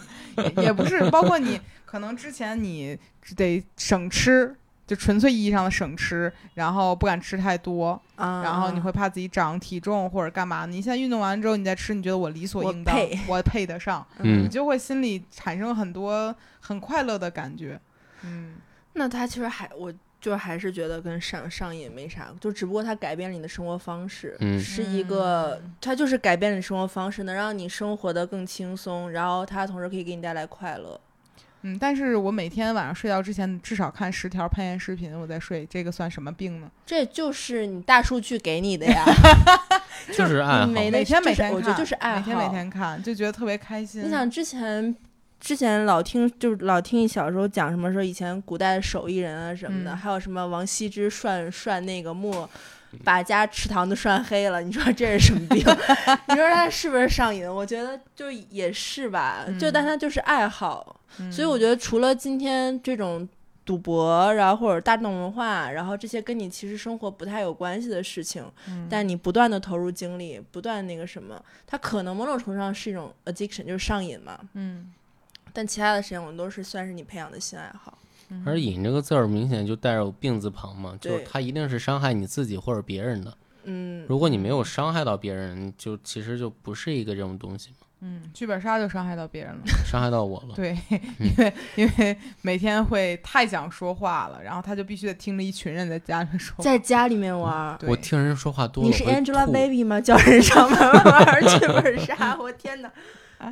Speaker 1: 也也不是，包括你可能之前你只得省吃，就纯粹意义上的省吃，然后不敢吃太多，
Speaker 3: 啊，
Speaker 1: 然后你会怕自己长体重或者干嘛。你现在运动完之后你再吃，你觉得我理所
Speaker 3: 我
Speaker 1: 应当，我
Speaker 3: 配
Speaker 1: 配得上，你
Speaker 2: 嗯
Speaker 1: 就会心里产生很多很快乐的感觉。嗯，
Speaker 3: 那他其实还我就还是觉得跟上上瘾没啥，就只不过他改变了你的生活方式，
Speaker 2: 嗯
Speaker 3: 是一个
Speaker 1: 嗯
Speaker 3: 他就是改变了你生活方式，能让你生活的更轻松，然后他同时可以给你带来快乐。
Speaker 1: 嗯，但是我每天晚上睡觉之前至少看十条攀岩视频，我再睡，这个算什么病呢？
Speaker 3: 这就是你大数据给你的 呀，
Speaker 2: 就是爱好
Speaker 3: 你，没那
Speaker 1: 每天
Speaker 3: 就
Speaker 1: 每
Speaker 3: 是
Speaker 1: 天看，
Speaker 3: 我觉得就是爱好。
Speaker 1: 每天每天看，就觉得特别开心。
Speaker 3: 你想之前，之前老听就是老听你小时候讲什么说以前古代的手艺人啊什么的，
Speaker 1: 嗯
Speaker 3: 还有什么王羲之涮涮那个墨，把家池塘都涮黑了，你说这是什么病？ 你说他是不是上瘾？我觉得就也是吧，就
Speaker 1: 嗯
Speaker 3: 但他就是爱好，
Speaker 1: 嗯，
Speaker 3: 所以我觉得除了今天这种。赌博，然后或者大众文化，然后这些跟你其实生活不太有关系的事情，
Speaker 1: 嗯
Speaker 3: 但你不断的投入精力，不断那个什么，它可能某种程度上是一种 addiction，就是上瘾嘛。
Speaker 1: 嗯，
Speaker 3: 但其他的时间我都是算是你培养的新爱好。
Speaker 1: 嗯
Speaker 2: 而“瘾”这个字儿明显就带有病字旁嘛，就是
Speaker 3: 对
Speaker 2: 它一定是伤害你自己或者别人的。
Speaker 3: 嗯，
Speaker 2: 如果你没有伤害到别人，就其实就不是一个这种东西嘛，
Speaker 1: 嗯，剧本杀就伤害到别人了。
Speaker 2: 伤害到我了。
Speaker 1: 对，因为因为每天会太想说话了，然后他就必须得听着一群人在家里说话。
Speaker 3: 在家里面玩儿。
Speaker 1: 对
Speaker 2: 我听人说话多了，
Speaker 3: 你是
Speaker 2: 会吐
Speaker 3: Angelababy 吗？叫人上门玩儿剧本杀， 我天哪！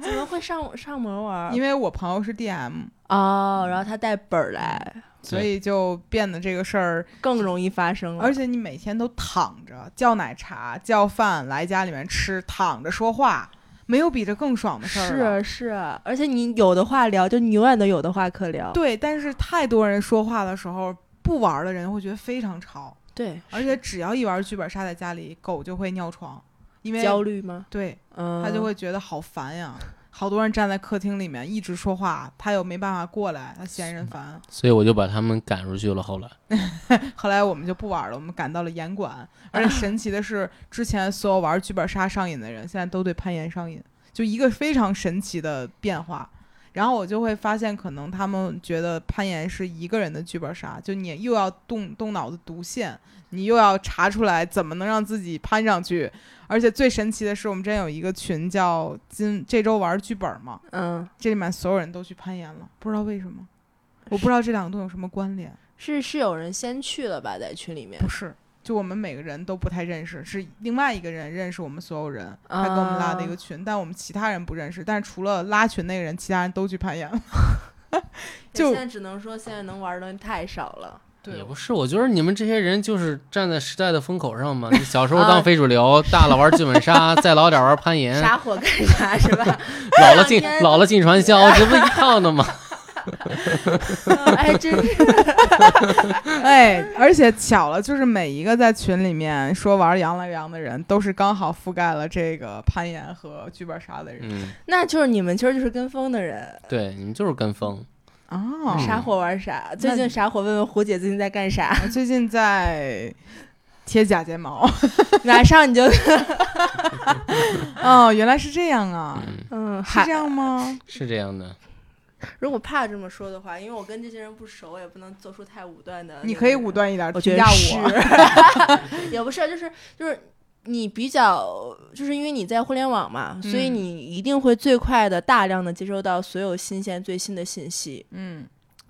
Speaker 3: 怎么会上上门玩儿？
Speaker 1: 哎因
Speaker 3: 为
Speaker 1: 为我朋友是 DM，
Speaker 3: 哦，然后他带本儿来，
Speaker 1: 所以就变得这个事儿，
Speaker 3: 更容易发生了
Speaker 1: 而。且你每天都躺着叫奶茶、叫饭来家里面吃，躺着说话，没有比这更爽的事儿
Speaker 3: 是
Speaker 1: 了。
Speaker 3: 啊是啊，而且你有的话聊，就你永远都有的话可聊。
Speaker 1: 对，但是太多人说话的时候，不玩儿的人会觉得非常吵，
Speaker 3: 对，
Speaker 1: 而且只要一玩剧本杀，在家里狗就会尿床，因为
Speaker 3: 焦虑吗？
Speaker 1: 对
Speaker 3: 嗯，
Speaker 1: 他就会觉得好烦呀。好多人站在客厅里面一直说话，他又没办法过来，他嫌人烦。
Speaker 2: 所以我就把他们赶出去了。后来，
Speaker 1: 后来我们就不玩了，我们赶到了严管。而且神奇的是，之前所有玩剧本杀上瘾的人，现在都对攀岩上瘾，就一个非常神奇的变化。然后我就会发现，可能他们觉得攀岩是一个人的剧本杀，就你又要动动脑子读线，你又要查出来怎么能让自己攀上去。而且最神奇的是，我们之前有一个群叫“今这周玩剧本”嘛，
Speaker 3: 嗯，
Speaker 1: 这里面所有人都去攀岩了，不知道为什么，我不知道这两个洞有什么关联。
Speaker 3: 是是有人先去了吧，在群里面
Speaker 1: 不是，就我们每个人都不太认识，是另外一个人认识我们所有人，他给我们拉的一个群，但我们其他人不认识。但是除了拉群那个人，其他人都去攀岩了。就
Speaker 3: 现在只能说现在能玩儿的东西太少了。
Speaker 2: 也
Speaker 1: 对
Speaker 2: 不是，我觉得你们这些人就是站在时代的风口 上嘛。你小时候
Speaker 3: 啊
Speaker 2: 当非主流，大了玩剧本杀，再老点玩攀岩，
Speaker 3: 啥火干啥 是吧？
Speaker 2: 老了进
Speaker 3: 两天
Speaker 2: 老了进传 销，这不一套的吗？
Speaker 3: 哎，真是
Speaker 1: 哎，而且巧了，就是每一个在群里面说玩杨来羊的人，都是刚好覆盖了这个攀岩和剧本杀的人、
Speaker 2: 嗯，
Speaker 3: 那就是你们其实就是跟风的人，
Speaker 2: 对，你们就是跟风。
Speaker 1: 哦。
Speaker 3: 啥火玩啥。最近啥火，问问胡姐最近在 干啥。
Speaker 1: 我啊最近在贴假睫毛，
Speaker 3: 马上你就
Speaker 1: 哦，原来是这样啊，
Speaker 2: 嗯，
Speaker 3: 嗯，
Speaker 1: 是
Speaker 3: 还
Speaker 1: 这样吗？
Speaker 2: 是这样的。
Speaker 3: 如果怕这么说的话，因为我跟这些人不熟，我也不能做出太武断的。
Speaker 1: 你可以武，断一点，
Speaker 3: 呃我觉
Speaker 1: 评
Speaker 3: 得
Speaker 1: 价
Speaker 3: 是
Speaker 1: 我。，
Speaker 3: 也不是，就是就是。你比较就是因为你在互联网嘛，所以
Speaker 1: 嗯
Speaker 3: 你一定会最快的、大量的接收到所有新鲜、最新的信息。
Speaker 1: 嗯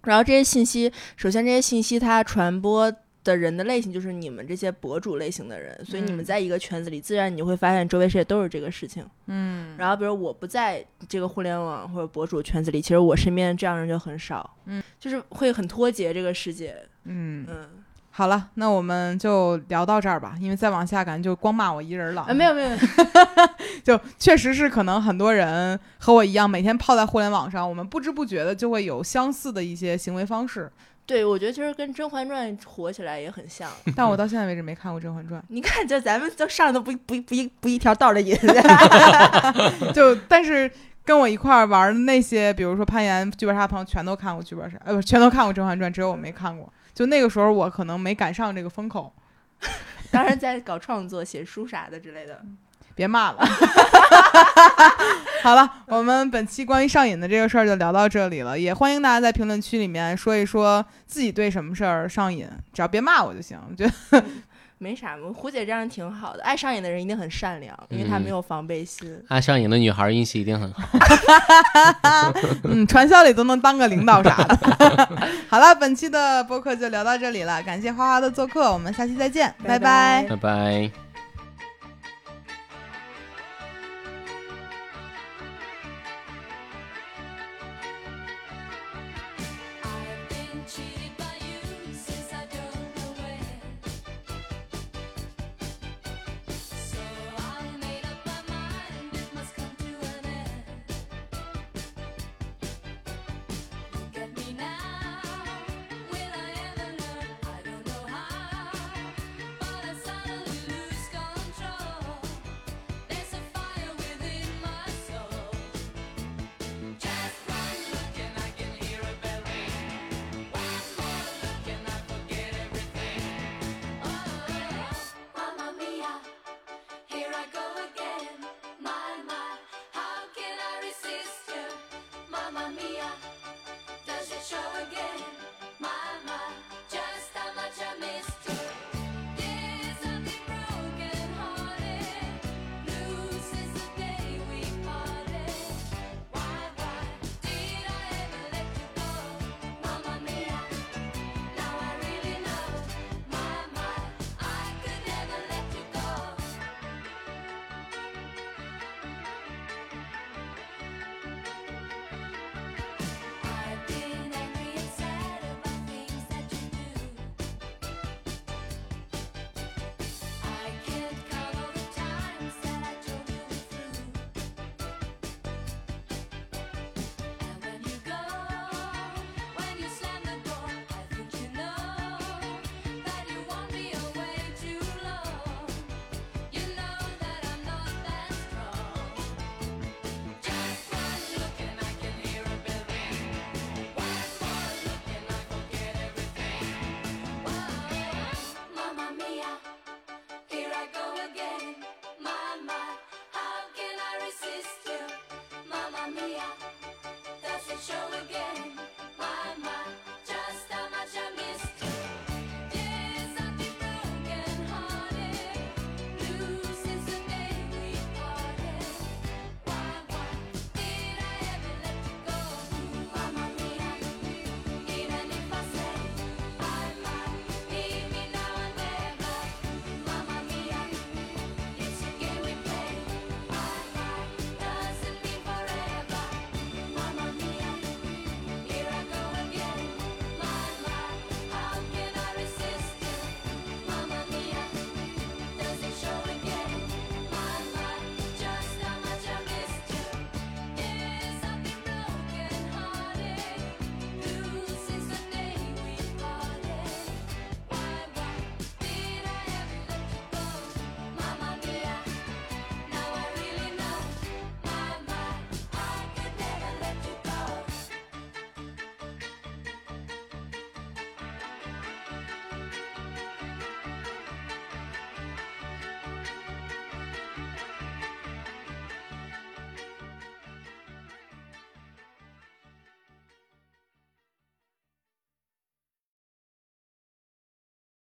Speaker 3: 然后这些信息，首先这些信息它传播的人的类型就是你们这些博主类型的人，所以你们
Speaker 1: 嗯
Speaker 3: 在一个圈子里，自然你会发现周围谁都是这个事情。
Speaker 1: 嗯
Speaker 3: 然后比如我不在这个互联网或者博主圈子里，其实我身边这样人就很少，
Speaker 1: 嗯，
Speaker 3: 就是会很脱节这个世界，
Speaker 1: 嗯，
Speaker 3: 嗯，
Speaker 1: 好了，那我们就聊到这儿吧，因为再往下感觉就光骂我一人了。
Speaker 3: 啊，没有没有，
Speaker 1: 就确实是可能很多人和我一样，每天泡在互联网上，我们不知不觉的就会有相似的一些行为方 式。
Speaker 3: 对我觉得其实跟《甄嬛传》火起来也很像，
Speaker 1: 但我到现在为止没看过《甄嬛传
Speaker 3: 你看这咱们都上的不一不一不一不一条道儿的瘾，》，
Speaker 1: 就但是跟我一块儿玩儿的那些，比如说攀岩、剧本杀的朋友，全都看过剧本杀，呃，不，全都看过《甄嬛传》，只有我没看过。就那个时候，我可能没赶上这个风口。嗯
Speaker 3: 当然在搞创作、写书啥的之类的，
Speaker 1: 别骂了。 好了，我们本期关于上瘾的这个事儿就聊到这里了，也欢迎大家在评论区里面说一说自己对什么事儿上瘾，只要别骂我就行。我觉得
Speaker 3: 没啥，胡姐这样挺好的。爱上瘾的人一定很善良，因为他没有防备心。
Speaker 2: 爱上瘾的女孩运气一定很好。
Speaker 1: 嗯，传销里都能当个领导啥的。 好了，本期的播客就聊到这里了，感谢花花的做客，我们下期再见，
Speaker 3: 拜拜
Speaker 1: 拜
Speaker 2: 拜拜。